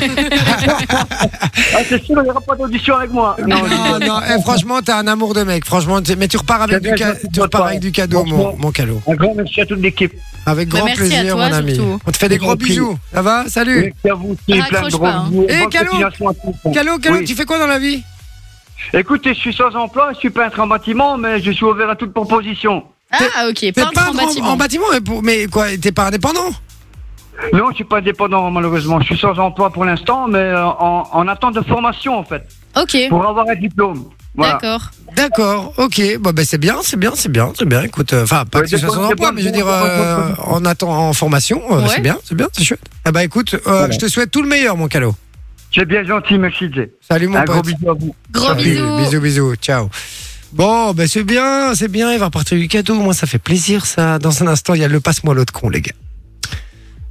Speaker 9: Ah, c'est sûr, il n'y aura pas d'audition avec moi. Non,
Speaker 2: Non, non, eh, franchement, t'es un amour de mec. Franchement, t'es- mais tu repars avec, du,
Speaker 9: bien
Speaker 2: ca-
Speaker 9: gentil de
Speaker 2: tu
Speaker 9: votre
Speaker 2: repars
Speaker 9: part.
Speaker 2: avec du cadeau, mon,
Speaker 9: Franchement.
Speaker 2: mon calot.
Speaker 9: Un grand merci à toute l'équipe.
Speaker 2: Avec
Speaker 9: Bah,
Speaker 2: grand
Speaker 9: merci à
Speaker 2: plaisir,
Speaker 9: toi,
Speaker 2: mon ami.
Speaker 9: surtout.
Speaker 2: On te fait des gros
Speaker 9: Merci.
Speaker 2: bisous. Ça va Salut.
Speaker 9: Merci à vous aussi, plein de
Speaker 2: Mm. Raccroche
Speaker 9: gros
Speaker 2: pas, hein.
Speaker 9: bisous.
Speaker 2: Eh,
Speaker 9: Bonne
Speaker 2: Calo
Speaker 9: continuation à tous.
Speaker 2: Calo, Calo,
Speaker 9: Oui.
Speaker 2: tu fais quoi dans la vie
Speaker 9: Écoutez, je suis sans emploi, je suis peintre en bâtiment, mais je suis ouvert à toute proposition.
Speaker 3: Ah ok,
Speaker 2: T'es
Speaker 3: peintre, en bâtiment.
Speaker 2: en bâtiment, mais, pour- mais quoi T'es pas indépendant
Speaker 9: Non, je suis pas indépendant, malheureusement. Je suis sans emploi pour l'instant, mais euh, en, en attente de formation, en fait.
Speaker 3: Ok.
Speaker 9: Pour avoir un diplôme. Voilà.
Speaker 3: D'accord.
Speaker 2: D'accord, ok. Bah, bah, c'est bien, c'est bien, c'est bien, c'est bien. Écoute, euh, enfin, pas
Speaker 9: Ouais,
Speaker 2: que ce
Speaker 9: c'est
Speaker 2: soit
Speaker 9: bon,
Speaker 2: sans
Speaker 9: c'est
Speaker 2: emploi,
Speaker 9: bon,
Speaker 2: mais je veux
Speaker 9: c'est
Speaker 2: dire,
Speaker 9: bon, c'est bon,
Speaker 2: euh,
Speaker 9: c'est
Speaker 2: en attend en formation, euh,
Speaker 9: Ouais.
Speaker 2: c'est bien, c'est bien, c'est chouette. Ah bah écoute, euh,
Speaker 9: Voilà.
Speaker 2: je te souhaite tout le meilleur, mon calot.
Speaker 9: C'est bien gentil, merci, Jay.
Speaker 2: Salut, mon
Speaker 9: Un
Speaker 2: pote.
Speaker 9: gros bisou à vous.
Speaker 3: Gros bisous.
Speaker 2: Bisous, bisous, ciao. Bon, bah c'est bien, c'est bien. Il va repartir du cadeau. Moi, ça fait plaisir, ça. Dans un instant, il y a le passe-moi l'autre con, les gars.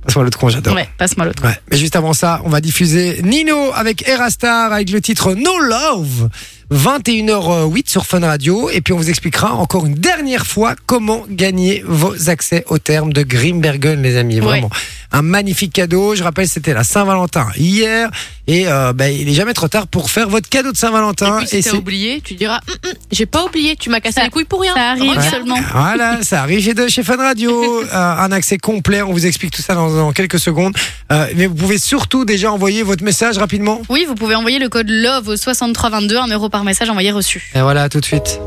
Speaker 2: Passe-moi l'autre con, j'adore.
Speaker 3: Ouais, passe-moi l'autre.
Speaker 2: Ouais, mais juste avant ça, on va diffuser Nino avec Erastar avec le titre No Love. 21h08 sur Fun Radio et puis on vous expliquera encore une dernière fois comment gagner vos accès au terme de Grimbergen les amis vraiment un magnifique cadeau je rappelle c'était la Saint-Valentin hier et euh, ben, il est jamais trop tard pour faire votre cadeau de Saint-Valentin
Speaker 4: Puis si t'as
Speaker 2: c'est-
Speaker 4: oublié, tu diras Hum, hum, J'ai pas oublié, tu m'as cassé les couilles pour rien. Ça
Speaker 3: arrive seulement.
Speaker 2: Voilà, ça arrive chez, de, chez Fun
Speaker 4: [LAUGHS]
Speaker 2: Radio. Euh, un accès complet, on vous explique tout ça dans, dans quelques secondes. Euh, mais vous pouvez surtout déjà envoyer votre message rapidement.
Speaker 3: Oui, vous pouvez envoyer le code LOVE au 6322, 1 euro par message envoyé reçu.
Speaker 2: Et voilà, à tout de suite.